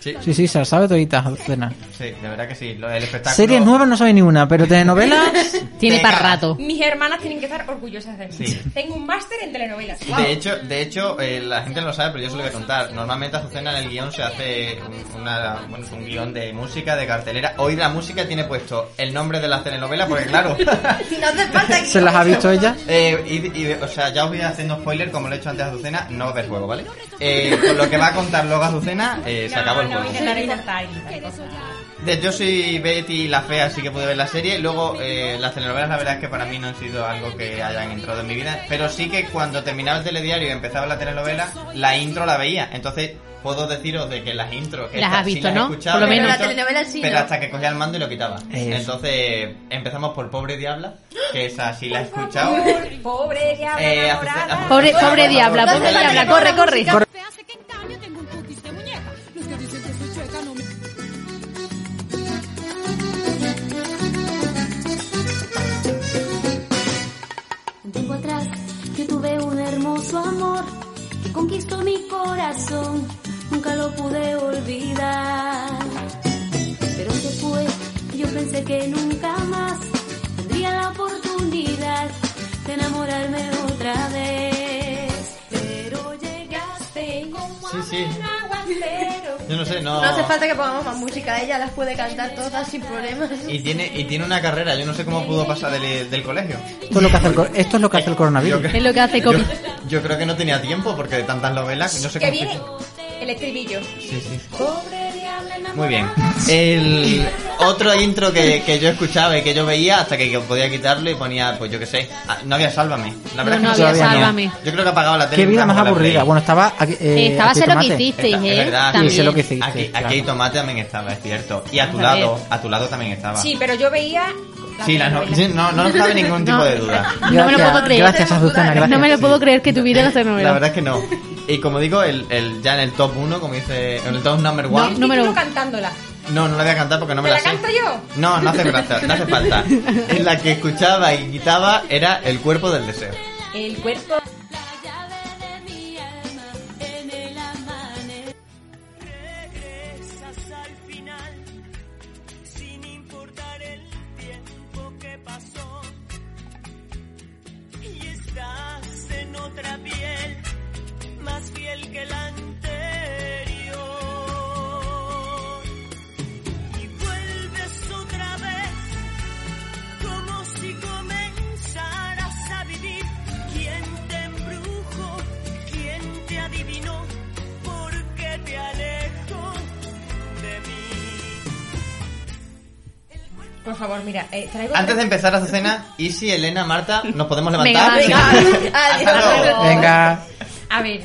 F: Sí.
A: Sí, sí, se la sabe todita, Cena.
F: Sí, de verdad que sí. Lo- El espectáculo.
A: Series nuevas no sabe ni una, pero telenovelas...
F: Tiene pa' rato.
G: Mis hermanas tienen que estar orgullosas de mí.
F: Sí.
G: Tengo un máster en telenovelas. Guau.
F: De hecho, de hecho eh, la gente no lo sabe, pero yo se lo voy a contar. Normalmente Azucena en el guión se hace un- una, bueno, un guión de música, de cartelera. Hoy la música tiene puesto el nombre de la telenovela, porque claro,
E: Si no hace falta que-
A: ¿Se las ha visto ella?
F: Eh, y, y- o sea, ya os voy haciendo spoiler, como lo he hecho antes a Azucena, no del juego, ¿vale? Eh, con lo que va a contar luego Azucena, eh, se acabó el
G: No,
F: juego.
G: intentaré intentar, intentar.
F: De- Yo soy Betty la fea, así que pude ver la serie. Luego, eh, las telenovelas, la verdad es que para mí no han sido algo que hayan entrado en mi vida. Pero sí que cuando terminaba el telediario y empezaba la telenovela, la intro la veía. Entonces, puedo deciros de que las intros. que
C: Las
F: estas
C: has
F: sí
C: visto,
F: las he
C: ¿no?
F: escuchado,
C: Por lo
F: las he
C: menos.
F: visto,
C: Pero la telenovela sí,
F: pero
C: ¿no?
F: hasta que cogía el mando y lo quitaba.
C: Eso.
F: Entonces, empezamos por Pobre Diabla, que esa sí la he escuchado.
G: Pobre diablo.
F: Eh, Azucena- Azucena,
C: Pobre,
F: por favor,
C: pobre
F: por
C: diabla,
F: favor.
C: pobre diabla, corre, corre.
S: Los que dicen que soy chueca no me...
T: Un tiempo atrás yo tuve un hermoso amor que conquistó mi corazón, nunca lo pude olvidar. Pero después yo pensé que nunca más tendría la oportunidad de enamorarme otra vez. Pero llegaste como
F: Sí, sí.
T: aguacero.
F: Yo no sé, no.
E: No hace falta que pongamos más música, ella las puede cantar todas sin problemas.
F: Y tiene, y tiene una carrera, yo no sé cómo pudo pasar del, del colegio.
A: Esto es lo que hace el, co- esto es lo que hace el coronavirus.
C: Es lo que hace
F: Yo,
C: Coqui.
F: yo creo que no tenía tiempo porque de tantas novelas, no sé
G: Que
F: cómo.
G: viene el estribillo.
F: Sí, sí. Muy bien. El otro intro que, que yo escuchaba y que yo veía hasta que podía quitarlo y ponía, pues yo qué sé, ah, no había Sálvame. La verdad
C: No,
F: es
C: no
F: que
C: había
F: Sálvame.
C: Sálvame.
F: Yo creo que apagaba la tele.
A: Qué vida
F: nunca
A: más
F: más la
A: aburrida.
F: veía.
A: Bueno, estaba... aquí, eh,
C: Estaba
A: aquí
C: Sé lo que
A: tomate.
C: hicisteis,
F: Esta- es
C: ¿eh?
F: verdad,
A: Sí,
C: También.
A: sé lo que hiciste.
F: Aquí,
A: claro.
F: aquí Tomate también estaba, es cierto. Y a tu
A: A
F: lado, a tu lado también estaba.
G: Sí, pero yo veía.
F: Sí, la no, sí, no, no nos cabe ningún tipo de duda.
C: No me lo puedo creer.
A: gracias, Azucena, gracias.
C: No me lo puedo creer que tuviera esta novela.
F: La verdad es que no. Y como digo, el, el, ya en el top 1, como dice, en el top number
G: No,
F: one.
G: el
F: No,
G: título cantándola.
F: no, la voy a cantar porque no me
G: ¿Te
F: la,
G: la
F: sé.
G: canto yo?
F: No, no hace, falta, no hace falta. En la que escuchaba y quitaba era El cuerpo del deseo.
G: El cuerpo.
T: En el amanecer.
U: regresas al final, sin importar el tiempo que pasó. Y estás en otra piel, más fiel que la anterior. Y vuelves otra vez, como si comenzaras a vivir. ¿Quién te embrujó? ¿Quién te adivinó? ¿Por qué te alejo de mí?
G: Por favor, mira, eh, traigo.
F: Antes de empezar la cena, Isi, Elena, Marta, ¿nos podemos
G: Venga,
F: levantar?
G: venga.
F: Hasta luego.
A: Venga.
G: A ver,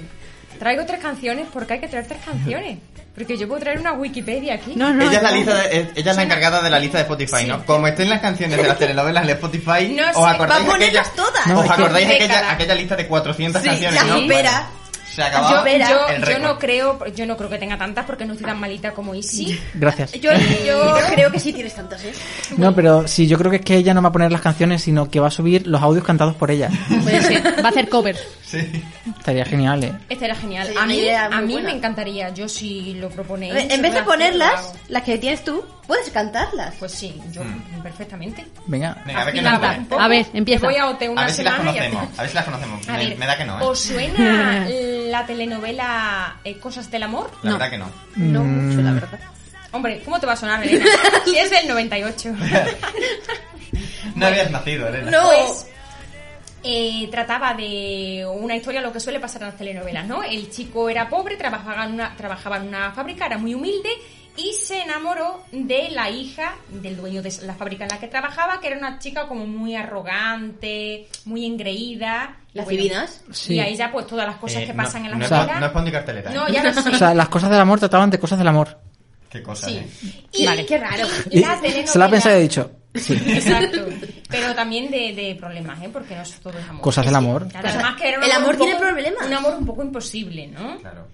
G: traigo tres canciones porque hay que traer tres canciones. Porque yo puedo traer una Wikipedia aquí.
F: ella es la lista de- eh, ella es la encargada de la lista de Spotify, ¿no? Como estén las canciones de las telenovelas en Spotify,
G: No sé,
F: os
G: va a
F: acordáis aquella,
G: ponerlas todas.
A: No,
F: os
A: es que-
F: acordáis aquella,
G: Década.
F: aquella lista de 400
G: Sí,
F: canciones,
G: ya
F: ¿no?
G: supera.
F: Bueno, se acabó
G: Yo, Ah, yo-
F: el
G: yo
F: récord.
G: no creo, yo no creo que tenga tantas porque no estoy tan malita como Isi.
A: Gracias.
E: Yo, yo creo que sí tienes tantas, ¿eh?
A: No, pero sí, yo creo que es que ella no va a poner las canciones, sino que va a subir los audios cantados por ella.
C: Puede ser. Va a hacer cover.
A: Estaría genial, ¿eh?
G: Esta era genial.
E: Sí,
G: a
E: una
G: mí,
E: idea muy
G: a mí
E: buena.
G: me encantaría. Yo si lo proponéis.
E: En vez de
G: yo lo
E: ponerlas,
G: hago.
E: las que tienes tú, puedes cantarlas.
G: Pues sí, yo perfectamente.
A: Venga.
F: Mm. Venga, a ver qué
G: Nada,
F: nos pone.
G: un poco.
C: A ver, empieza.
G: Me voy a OT
F: A
G: una
F: ver si las
G: semana y ya
F: conocemos. A ver si las conocemos.
G: A
F: me,
G: ver,
F: me da que no, ¿eh?
G: ¿Os suena la telenovela eh, Cosas del Amor?
F: La verdad que no.
A: No mucho, la
E: verdad.
G: Hombre, ¿cómo te va a sonar, Elena? si es del 98.
F: No habías nacido, Elena.
G: Pues, eh, trataba de una historia, lo que suele pasar en las telenovelas, ¿no? El chico era pobre, trabajaba en una, trabajaba en una fábrica, era muy humilde y se enamoró de la hija del dueño de la fábrica en la que trabajaba, que era una chica como muy arrogante, muy engreída.
E: ¿Las
G: Bueno,
E: divinas?
G: Y
A: Sí.
G: ahí ya pues todas las cosas
F: Eh,
G: que
F: no-
G: pasan en la
F: no es-
G: fábrica.
F: no es pan ni carteleta, ¿eh?
G: No, ya lo sé.
A: O sea, las cosas del amor trataban de cosas del amor.
F: Qué cosa,
G: Sí.
F: ¿eh?
G: Y,
C: Vale,
G: qué raro.
A: Y se la ha pensado y ha dicho, sí.
G: Exacto. Pero también de, de problemas, ¿eh? Porque no es todo es amor.
A: Cosas del
G: Es que,
A: amor.
G: claro, además que era un
E: El amor
G: un poco-
E: tiene problemas.
G: Un amor un poco imposible, ¿no?
F: Claro.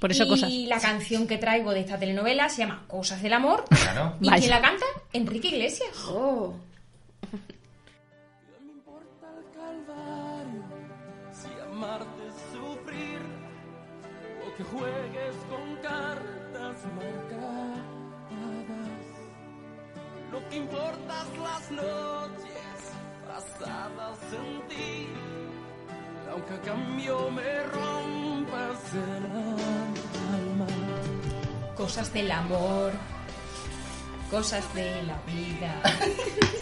C: Por eso
G: y
C: cosas.
G: la canción que traigo de esta telenovela se llama Cosas del Amor.
F: Claro.
G: ¿Y
C: Vaya.
G: quién la canta? Enrique Iglesias.
E: Oh.
O: calvario si amarte es sufrir o que juegues con cartas marcadas lo que importas las noches pasadas en ti aunque a cambio me rompas el alma
G: Cosas del amor. Cosas de la vida.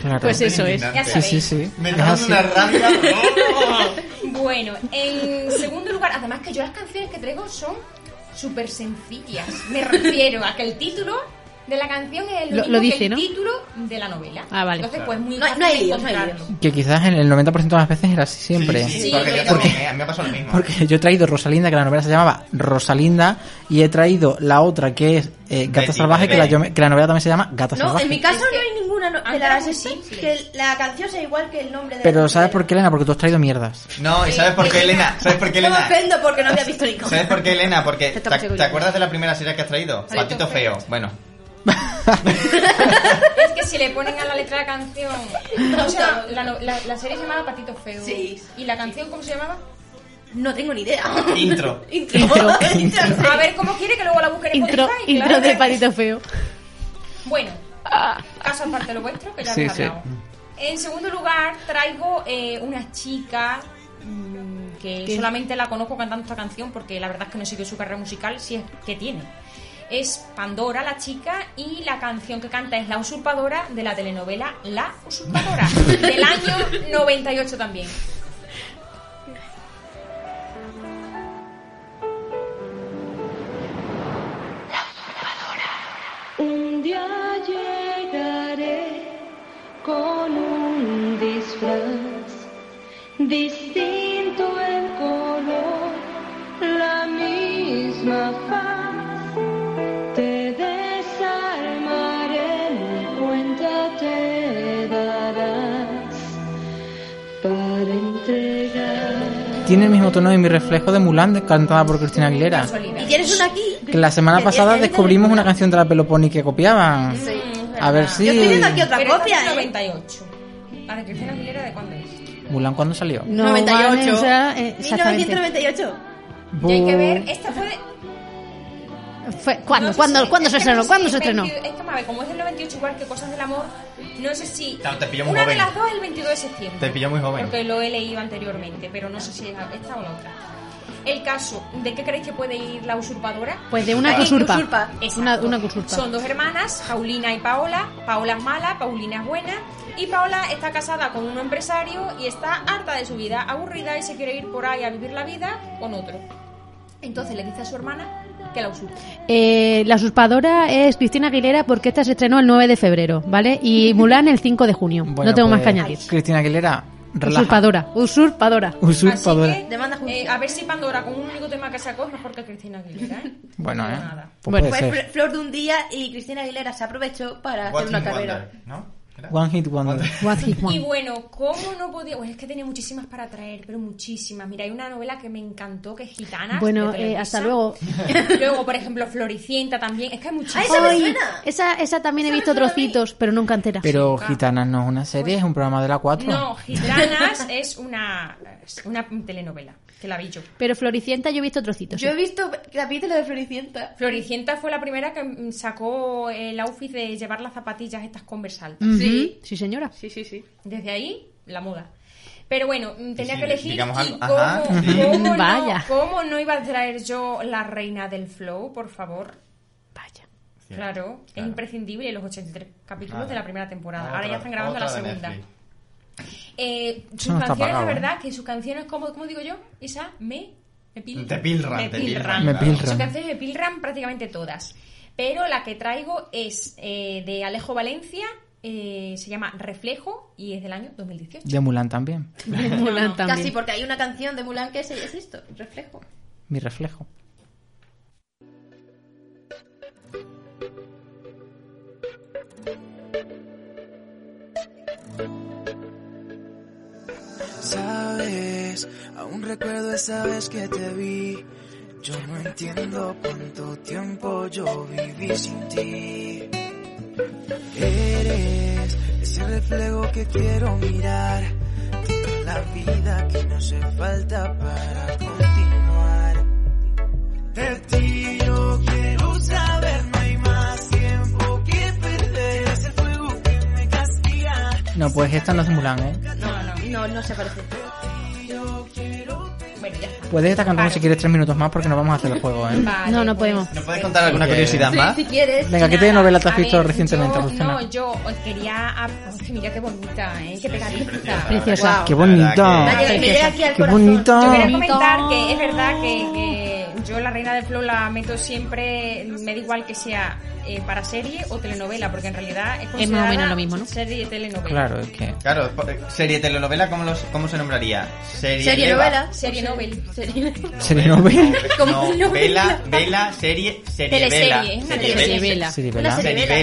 A: Claro.
C: Pues eso es.
G: Ya
A: Sí,
G: sabéis.
A: sí, sí.
F: Me
A: Es
F: da
A: así.
F: una rabia. ¡Oh!
G: Bueno, en segundo lugar, además que yo las canciones que traigo son súper sencillas. Me refiero a que el título de la canción es lo,
C: Lo-
G: mismo
C: lo dice,
G: que el
C: ¿no?
G: título de la novela.
C: Ah, vale.
G: Entonces, pues muy
E: No hay-
G: fácil
E: no hay líos, no hay
G: encontrarlo.
A: Que quizás en el 90% de las veces era así siempre.
F: Sí, sí, porque yo también, eh, a mí me ha pasado lo mismo.
A: Porque yo he traído Rosalinda, que la novela se llamaba Rosalinda, y he traído la otra que es eh, Gata
F: Betty,
A: Salvaje, que la,
F: Betty.
A: yo- que la novela también se llama Gata
E: No,
A: Salvaje.
E: en mi caso
G: Es que
E: no hay ninguna no- de
G: antes era
E: las
G: muy
E: así,
G: simple.
E: que la canción sea igual que el nombre de
A: Pero
E: la
A: ¿sabes por qué, Elena? Porque tú has traído mierdas.
F: No, ¿y sabes por qué, Elena? ¿Sabes por qué,
E: No me
F: Elena?
E: ofendo porque no había visto ni
F: ¿Sabes por qué, Elena? Porque
E: Te
F: te,
E: toca seguro.
F: te acuerdas de la primera serie que has traído?
G: Patito
F: Patito
G: feo.
F: feo. Bueno,
G: Es que si le ponen a la letra de la canción. O sea, la, no- la- la serie se llamaba Patito Feo.
E: Sí.
G: ¿Y la canción cómo se llamaba?
E: No tengo ni idea.
F: intro.
E: Intro.
A: Intro.
E: Intro.
G: A ver cómo quiere que luego la busquen en
C: Intro,
G: Spotify. claro.
C: intro de patito feo.
G: Bueno, caso aparte de lo vuestro, que ya
A: Sí,
G: habéis
A: sí.
G: hablado. En segundo lugar, traigo eh, una chica mm, que
C: ¿Qué?
G: solamente la conozco cantando esta canción porque la verdad es que no siguió su carrera musical, si es que tiene. Es Pandora, la chica, y la canción que canta es La Usurpadora de la telenovela La Usurpadora, del año 98 también.
P: Un día llegaré con un disfraz, distinto el color, la misma faz. Te desarmaré, ni cuenta te darás para entregar.
A: Tiene el mismo tono de mi reflejo de Mulan, de- cantada por Cristina Aguilera.
E: Y tienes una aquí.
A: Que la semana
E: Que
A: pasada
E: tienes-
A: descubrimos una canción de la Peloponi que copiaban. A ver si.
E: Yo estoy viendo aquí otra
G: Pero esta
E: copia,
G: es del
E: ¿eh?
G: 98. La de Cristina Aguilera, ¿de cuándo es?
A: ¿Mulan cuándo salió?
C: No,
E: 98.
C: vale, o sea, eh, exactamente.
E: 1998.
G: Y hay que ver,
A: Bu-
G: esta fue de
C: Fue- ¿Cuándo,
G: No sé
C: cuándo,
G: si-
C: cuándo
G: es
C: se
G: que no
C: estrenó?
G: sé
C: ¿Cuándo
G: si
C: se
G: el
C: estrenó?
G: 22 Es que, mabe, como es el 98 igual que Cosas del Amor, no sé si...
F: Claro, te pilló muy
G: una de
F: joven.
G: las dos es el 22 de septiembre.
F: Te pilló muy joven.
G: Porque lo he leído anteriormente, pero no sé si es esta o la otra. El caso, ¿de qué creéis que puede ir la usurpadora?
C: Pues de una
E: Ah,
C: usurpa.
E: usurpa.
G: Exacto.
C: Una, una usurpa.
G: Son dos hermanas, Paulina y Paola. Paola es mala, Paulina es buena. Y Paola está casada con un empresario y está harta de su vida, aburrida y se quiere ir por ahí a vivir la vida con otro. Entonces le dice a su hermana que la usurpa.
C: Eh, la usurpadora es Cristina Aguilera porque esta se estrenó el 9 de febrero, ¿vale? Y Mulan el 5 de junio.
A: Bueno,
C: no tengo más
A: pues,
C: que añadir.
A: Cristina Aguilera, relaja.
C: Usurpadora, usurpadora.
A: Usurpadora.
G: Así que,
E: Demanda judicial.
G: eh, a ver si Pandora con un único tema que sacó es mejor que Cristina Aguilera. ¿eh?
A: Bueno,
G: No,
A: ¿eh?
G: nada.
A: Pues
C: Bueno.
A: puede ser.
E: Fue Fl- Flor de un día y Cristina Aguilera se aprovechó para
F: What
E: hacer una
F: in
E: carrera.
F: Wonder, ¿no? ¿Era?
A: One Hit Wonder.
C: What he
G: Y
C: wants.
G: bueno, ¿cómo no podía? Bueno, es que tenía muchísimas para traer, pero muchísimas. Mira, hay una novela que me encantó que es Gitana.
C: Bueno, eh, hasta luego.
G: luego, por ejemplo, Floricienta también. Es que hay muchísimas.
E: esa me
C: Ay,
E: suena!
C: esa, esa también he visto trocitos, pero nunca entera.
A: Pero Gitanas no es una serie, es un programa de la 4.
G: No, Gitanas es una, es una telenovela que la vi yo.
C: Pero Floricienta yo he visto trocitos. ¿eh?
E: Yo he
C: sí.
E: visto capítulo de Floricienta.
G: Floricienta fue la primera que mm, sacó el outfit de llevar las zapatillas estas conversal.
C: Ujú,
E: Sí.
C: Sí, señora.
E: Sí, sí, sí.
G: Desde ahí, la moda. Pero bueno, mm, tenía
F: sí,
G: que elegir
F: digamos
G: y
F: algo.
G: cómo,
F: Ajá, sí.
G: cómo
C: Vaya.
G: No, cómo no iba a traer yo la reina del flow, por favor.
C: Vaya.
G: Claro, es
F: claro.
G: imprescindible los 83 capítulos
F: Nada.
G: de la primera temporada.
F: Otra-
G: Ahora ya están grabando la
F: otra de
G: segunda.
F: Netflix.
G: Eh, sus
A: no está
G: canciones,
A: pagado,
G: la
A: ¿eh?
G: verdad, que sus canciones, ¿cómo, cómo digo yo? Esa me, me pil-
F: Te pilran,
G: me
F: te
G: pilran.
F: pilran,
A: Me
F: claro.
A: pilran.
G: Sus canciones me pilran prácticamente todas. Pero la que traigo es eh, de Alejo Valencia, eh, se llama Reflejo y es del año 2018.
A: De Mulan también.
C: Mulan también.
E: Casi porque hay una canción de Mulan que es, es esto, reflejo.
A: Mi reflejo.
U: Sabes, aún recuerdo esa vez que te vi. Yo no entiendo cuánto tiempo yo viví sin ti. Eres ese reflejo que quiero mirar. Toda la vida que no hace falta para continuar. De ti yo quiero saber, no hay más tiempo que perder. Es el fuego que me castiga.
A: No, pues esta no es de Mulan, ¿eh?
E: No, no, no, no se parece.
G: Bueno, ya está.
A: Puedes esta canción si quieres tres minutos más porque no vamos a hacer el juego, ¿eh?
G: Vale,
C: No, no
G: pues-
C: podemos.
F: ¿Nos puedes contar alguna curiosidad
A: Sí,
F: más?
G: Si quieres.
A: Venga, ¿qué
G: nada.
A: telenovela te has
G: A
A: visto
G: ver,
A: recientemente,
G: yo-
A: Agustina?
G: No, yo os quería. ah, es que mira qué bonita, ¿eh? Qué pegadita.
A: Preciosa.
G: Guau.
A: ¡Qué bonito!
G: Vaya, me llega aquí al
A: ¡Qué
G: corazón.
A: bonito!
G: Yo quería comentar que es verdad que, que yo la Reina del Flow la meto siempre, me da igual que sea eh, para serie o telenovela, porque en realidad es
C: Es más o
G: considerada
C: menos lo mismo, ¿no?
G: Serie y telenovela.
A: Claro, es que...
F: Claro, po- eh, serie telenovela, ¿cómo, los- cómo se nombraría? Serie, leva.
G: Serie novela. Serie novela.
A: ¿Serie novela?
G: Como
F: No, vela, vela, serie, serie vela.
G: Teleserie, ¿eh? una
C: teleserie.
A: Serivela.
F: Serie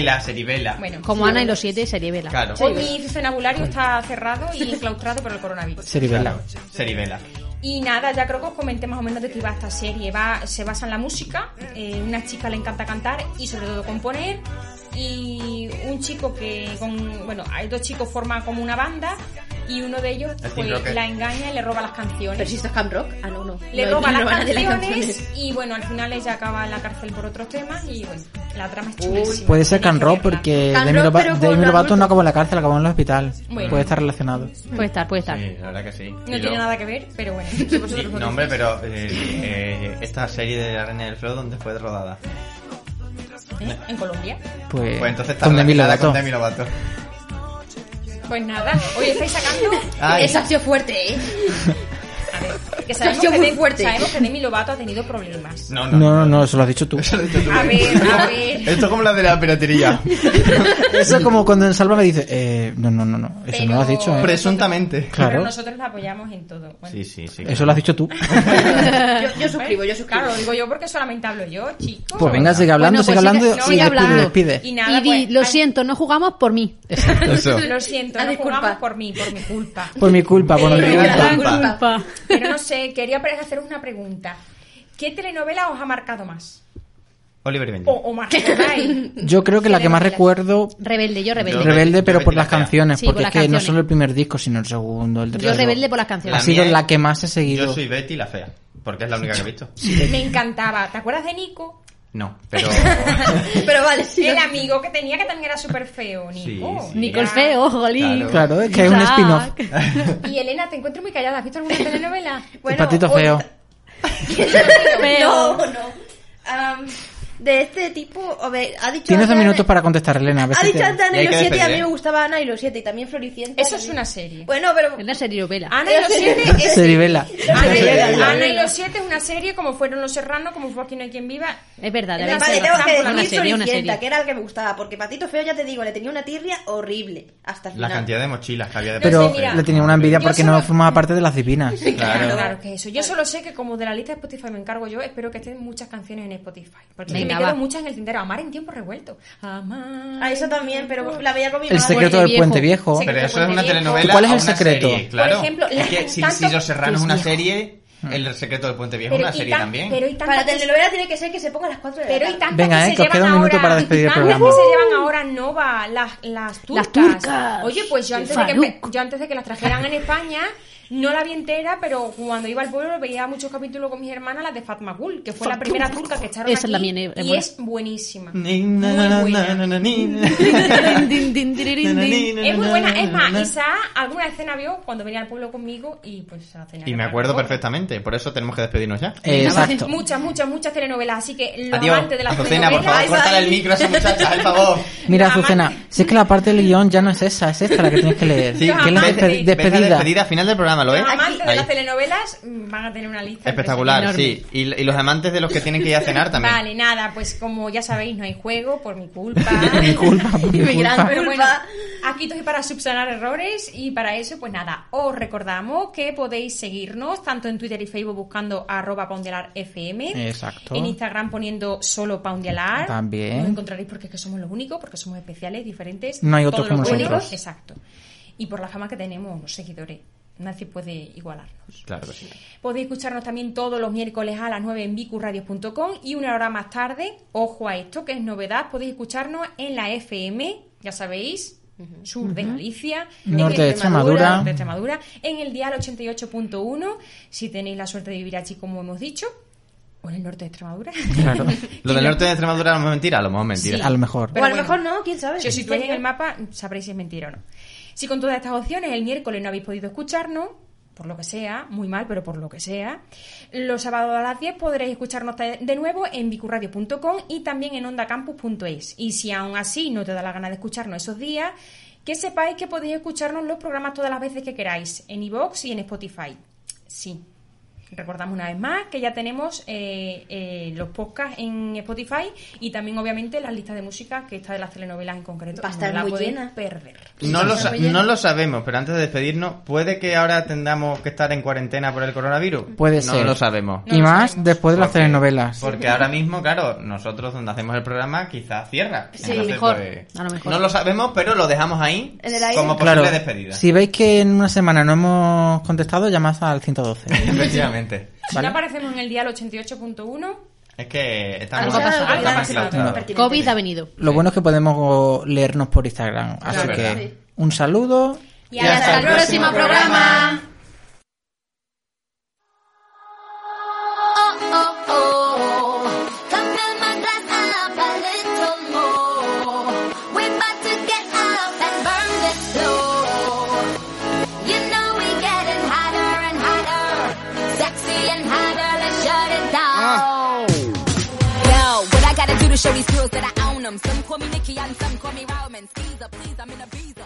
F: vela, serie vela.
G: Bueno,
C: Como
G: sí.
C: Ana y los siete, serie Vela.
F: Claro.
G: Hoy mi vocabulario está cerrado y enclaustrado por el coronavirus.
A: Serivela.
F: Serivela.
G: Y nada, ya creo que os comenté más o menos de qué va esta serie. Va, se basa en la música, eh, una chica le encanta cantar y sobre todo componer. Y un chico que con. Bueno, hay dos chicos forman como una banda y uno de ellos
E: Team
G: pues,
E: Rocket.
G: la engaña y le roba las canciones.
E: Pero si esto es Camp Rock. Ah, no, no.
G: le
E: No,
G: roba
E: no
G: las
E: van a hacer
G: canciones,
E: canciones.
G: y bueno, al final ella acaba en la cárcel por otros temas y bueno, la trama es chulísima.
A: Puede ser Can Rock porque
G: Can
A: Demi,
G: Rock,
A: Lova-
G: pero con
A: Demi Lovato
G: adultos.
A: no acabó en la cárcel, acabó en el hospital.
G: Bueno.
A: Puede estar relacionado. Pues,
C: Puede estar, puede estar.
F: Sí, la verdad que sí.
G: No tiene nada que ver, pero bueno. no sé vosotros
F: No,
G: vosotros.
F: hombre, pero eh, eh, esta serie de La Reina del Flow, ¿dónde fue rodada?
G: ¿Eh? ¿En Colombia?
A: Pues,
F: Pues entonces está
A: con Demi
F: relacionada
A: Lovato.
F: con Demi Lovato.
G: Pues nada, hoy estáis sacando.
F: Ay.
E: Esa ha sido fuerte, ¿eh?
G: Que sabemos,
E: Yo
G: que,
E: muy
G: de-
E: fuerte.
G: sabemos que Demi Lovato ha tenido problemas.
F: No,
A: No, no, no, eso lo has dicho tú.
G: A ver, a ver.
F: Esto es como la de la piratería.
A: Eso es como cuando en Salva me dice, eh, no, no, no, no, eso no lo has dicho. ¿eh?
F: Presuntamente.
G: Pero
A: Claro,
G: nosotros la apoyamos en todo. Bueno.
F: Sí, sí, sí.
A: eso lo has dicho tú. Pues
G: yo,
E: suscribo, yo suscribo.
G: Claro, lo digo yo porque solamente hablo yo, chicos.
A: Pues venga, sigue hablando,
C: Bueno,
A: sigue
C: pues
A: hablando
C: sigue-
A: y
C: sigue hablando.
A: despide, despide.
G: Y nada,
C: y di,
G: pues,
C: lo
G: ay,
C: siento, no jugamos por mí.
F: Eso.
G: Lo siento,
E: Ah,
G: no
E: disculpa.
G: jugamos por mí, por mi culpa.
A: Por Pues mi culpa, por mi
F: Eh,
A: culpa.
C: Culpa.
G: Pero no sé, quería pre- haceros una pregunta. ¿Qué telenovela os ha marcado más?
F: Oliver y
G: O,
F: Benji.
G: o más recordáis.
A: Yo creo que la que más recuerdo...
C: Rebelde, yo rebelde.
F: Yo-
A: Rebelde, pero
F: yo
A: por las
F: Betty la Fea.
A: canciones,
C: Sí,
A: porque
C: por
A: es
C: las
A: que no
C: canciones.
A: solo el primer disco, sino el segundo, el tercero.
C: Yo rebelde por las
A: Ha
F: La
C: canciones.
A: sido
F: mía-
A: la que más he seguido.
F: Yo soy Betty la fea, porque es la única que he visto.
G: Me encantaba. ¿Te acuerdas de Nico?
F: No, pero...
E: Pero vale, sí.
G: El amigo que tenía que también era súper feo, Nico.
F: Sí, sí.
C: Nicole
G: Era-
C: Feo, jolín.
F: Claro.
A: Claro, es que es un
C: Isaac.
A: spin-off.
G: Y Elena, te encuentro muy callada. ¿Has visto alguna telenovela?
A: El patito
E: hoy-
A: feo.
E: No, no. Am, de este tipo, a ver, ha dicho.
A: Tienes dos
E: Ana-
A: minutos para contestar, Elena. a ver
E: Ha
A: si
E: dicho
A: te-
E: antes Ana
F: Y hay
E: y los
F: que
E: 7 y a mí
F: defender.
E: me gustaba Ana y los 7 y también Floricienta.
G: Eso es
E: también.
G: una serie.
E: Bueno, pero.
C: Es la serie novela.
E: Ah.
G: Ana y los siete es-
A: Serivela.
G: Ana y-
E: Serivela.
G: Ana y los siete es una serie como fueron Los Serranos, como fue Aquí no hay quien viva.
C: Es verdad, de
E: Vale,
C: verdad,
E: vale,
C: es
E: tengo
C: verdad.
E: que
C: una
E: decir
C: serie, una
E: Floricienta,
C: serie.
E: que era el que me gustaba, porque Patito Feo, ya te digo, le tenía una tirria horrible. Hasta el
F: La
E: final.
F: cantidad de mochilas que había de
A: Pero
G: sé, mira,
A: le tenía una envidia
G: yo
A: porque
G: solo-
A: no formaba parte de las divinas.
G: Claro,
F: Claro.
G: que eso. Yo solo sé que como de la lista de Spotify me encargo yo, espero que estén muchas canciones en Spotify. Porque es que
C: Venga,
G: me quedo
C: va.
G: muchas en el tintero. Amar en tiempo revuelto. Amar.
E: Ah, eso también, pero la veía con mi
A: El
E: madre.
A: secreto del
C: Viejo.
A: puente viejo.
G: Secreto
F: Pero eso es una
G: Puente Viejo.
F: telenovela
A: ¿Cuál es
F: o
A: el
F: una
A: secreto?
F: serie, claro.
G: Por ejemplo,
F: es que
G: la-
F: si,
G: tanto-
F: si Los Serrano es una
G: Dios mío.
F: serie, El secreto del Puente Viejo
G: Pero
F: es una
G: y
F: serie
G: tan-
F: también.
G: Pero y tantas
E: Para
G: que-
E: telenovela tiene que ser que se ponga a las 4 de la
G: Pero y
E: tarde.
G: tantas
A: Venga,
G: que
A: eh,
G: se
A: que os
G: llevan
A: queda un minuto
G: ahora,
A: para despedir el
G: tantas
A: programa.
G: que se llevan ahora Nova, las, las turcas.
C: Las turcas.
G: Oye, pues yo antes, de que, empe- yo antes de que las trajeran en España, no la vi entera, pero cuando iba al pueblo veía muchos capítulos con mis hermanas, las de Fatma Gul, que fue la primera turca que echaron
C: Esa
G: aquí,
C: también es- es
G: y
C: buena.
G: es buenísima.
F: Ni-
G: Muy
F: na- na- na-
G: buena.
F: na- na- ni-
C: Din, din, din, din,
F: na-
C: din.
F: ni- na-
G: Es muy
F: na-
G: buena,
F: na-
G: es
F: na-
G: más,
F: na-
G: Isa alguna escena vio cuando venía al pueblo conmigo y pues se la tenía
F: Y
G: que
F: me
G: pagar.
F: acuerdo perfectamente, por eso tenemos que despedirnos ya.
A: Exacto.
G: Muchas, muchas, muchas telenovelas, así que los
F: Adiós.
G: amantes de las
F: Azucena, por favor,
G: telenovelas-
F: cortale el micro a esa muchacha, por favor.
A: Mira,
G: Nada
A: Azucena,
G: más.
A: si es que la parte del guión ya no es esa, es esta la que tienes que leer.
F: Sí,
A: que es la
F: vete-
A: despe-
F: vete a la
A: despedida.
F: despedida, final del programa. Llámalo, ¿eh?
G: Amantes de
F: Ahí.
G: las telenovelas mm, van a tener una lista
F: Espectacular,
G: enorme.
F: sí. Y, y los amantes de los que tienen que ir a cenar también.
G: Vale, nada, pues como ya sabéis, no hay juego por mi culpa.
F: Mi culpa, por mi
G: gran
F: culpa.
G: Pero bueno, aquí estoy para subsanar errores y para eso, pues nada, os recordamos que podéis seguirnos tanto en Twitter y Facebook buscando arroba poundialarfm.
A: Exacto.
G: En Instagram poniendo solo poundialar.
A: También.
G: Nos encontraréis porque es que somos los únicos, porque somos especiales, diferentes.
A: No hay otro
G: todos
A: como
G: los
A: nosotros.
G: únicos, Exacto. Y por la fama que tenemos los seguidores. Nadie puede igualarnos.
F: Claro que sí.
G: Podéis escucharnos también todos los miércoles a las 9 en bicurradios.com y una hora más tarde, ojo a esto que es novedad, podéis escucharnos en la FM, ya sabéis, sur de
A: Ujú.
G: Galicia,
A: Norte de Extremadura.
G: norte de Extremadura, en el dial 88.1, si tenéis la suerte de vivir allí como hemos dicho, o en el norte de Extremadura.
F: Claro. Lo del norte de Extremadura a lo mejor es mentira, a lo mejor es mentira.
G: Sí.
A: mejor.
G: Pero
E: o a lo
G: bueno.
E: mejor no, quién sabe.
G: Si os situáis en el mapa, sabréis si es mentira o no. Si con todas estas opciones el miércoles no habéis podido escucharnos, por lo que sea, muy mal, pero por lo que sea, los sábados a las 10 podréis escucharnos te- de nuevo en bicurradio.com y también en ondacampus.es. Y si aún así no te da la gana de escucharnos esos días, que sepáis que podéis escucharnos los programas todas las veces que queráis, en iVoox y en Spotify. Sí. Recordamos una vez más que ya tenemos eh, eh, los podcasts en Spotify y también, obviamente, las listas de música, que esta de las telenovelas en concreto.
E: Va a
G: no
E: estar
G: la
E: muy
G: podéis
E: llena.
G: perder.
F: No lo, sa-
E: Muy bien.
F: no lo sabemos, pero antes de despedirnos, puede que ahora tengamos que estar en cuarentena por el coronavirus.
A: Puede
F: no
A: ser.
F: lo sabemos.
A: Y más después de las telenovelas.
F: Porque ahora mismo, claro, nosotros donde hacemos el programa quizás cierra. pues,
E: Sí, mejor,
C: a lo mejor.
F: No lo sabemos, pero lo dejamos ahí
E: En el aire.
F: como posible
A: Claro,
F: despedida.
A: si veis que en una semana no hemos contestado, llamad al 112.
F: Efectivamente.
G: Si
A: Vale.
G: no aparecemos en el dial 88.1,
F: Es que estamos...
G: Algo ha pasado,
F: estamos
G: algo ha pasado.
F: enclaustrados.
C: COVID ha venido.
A: Lo bueno es que podemos leernos por Instagram. Así
F: Claro,
A: que
F: sí.
A: un saludo.
C: Y hasta, el próximo programa.
N: oh, oh. Couple migrants up a little more. We're about to get up and burn this floor. You know we're getting hotter and hotter. Sexy and hotter, let's shut it down. Yo, what I gotta do to show these girls that I own them? Some call me Nicki and some call me Ramen. Skeezer, please, I'm in a beezer.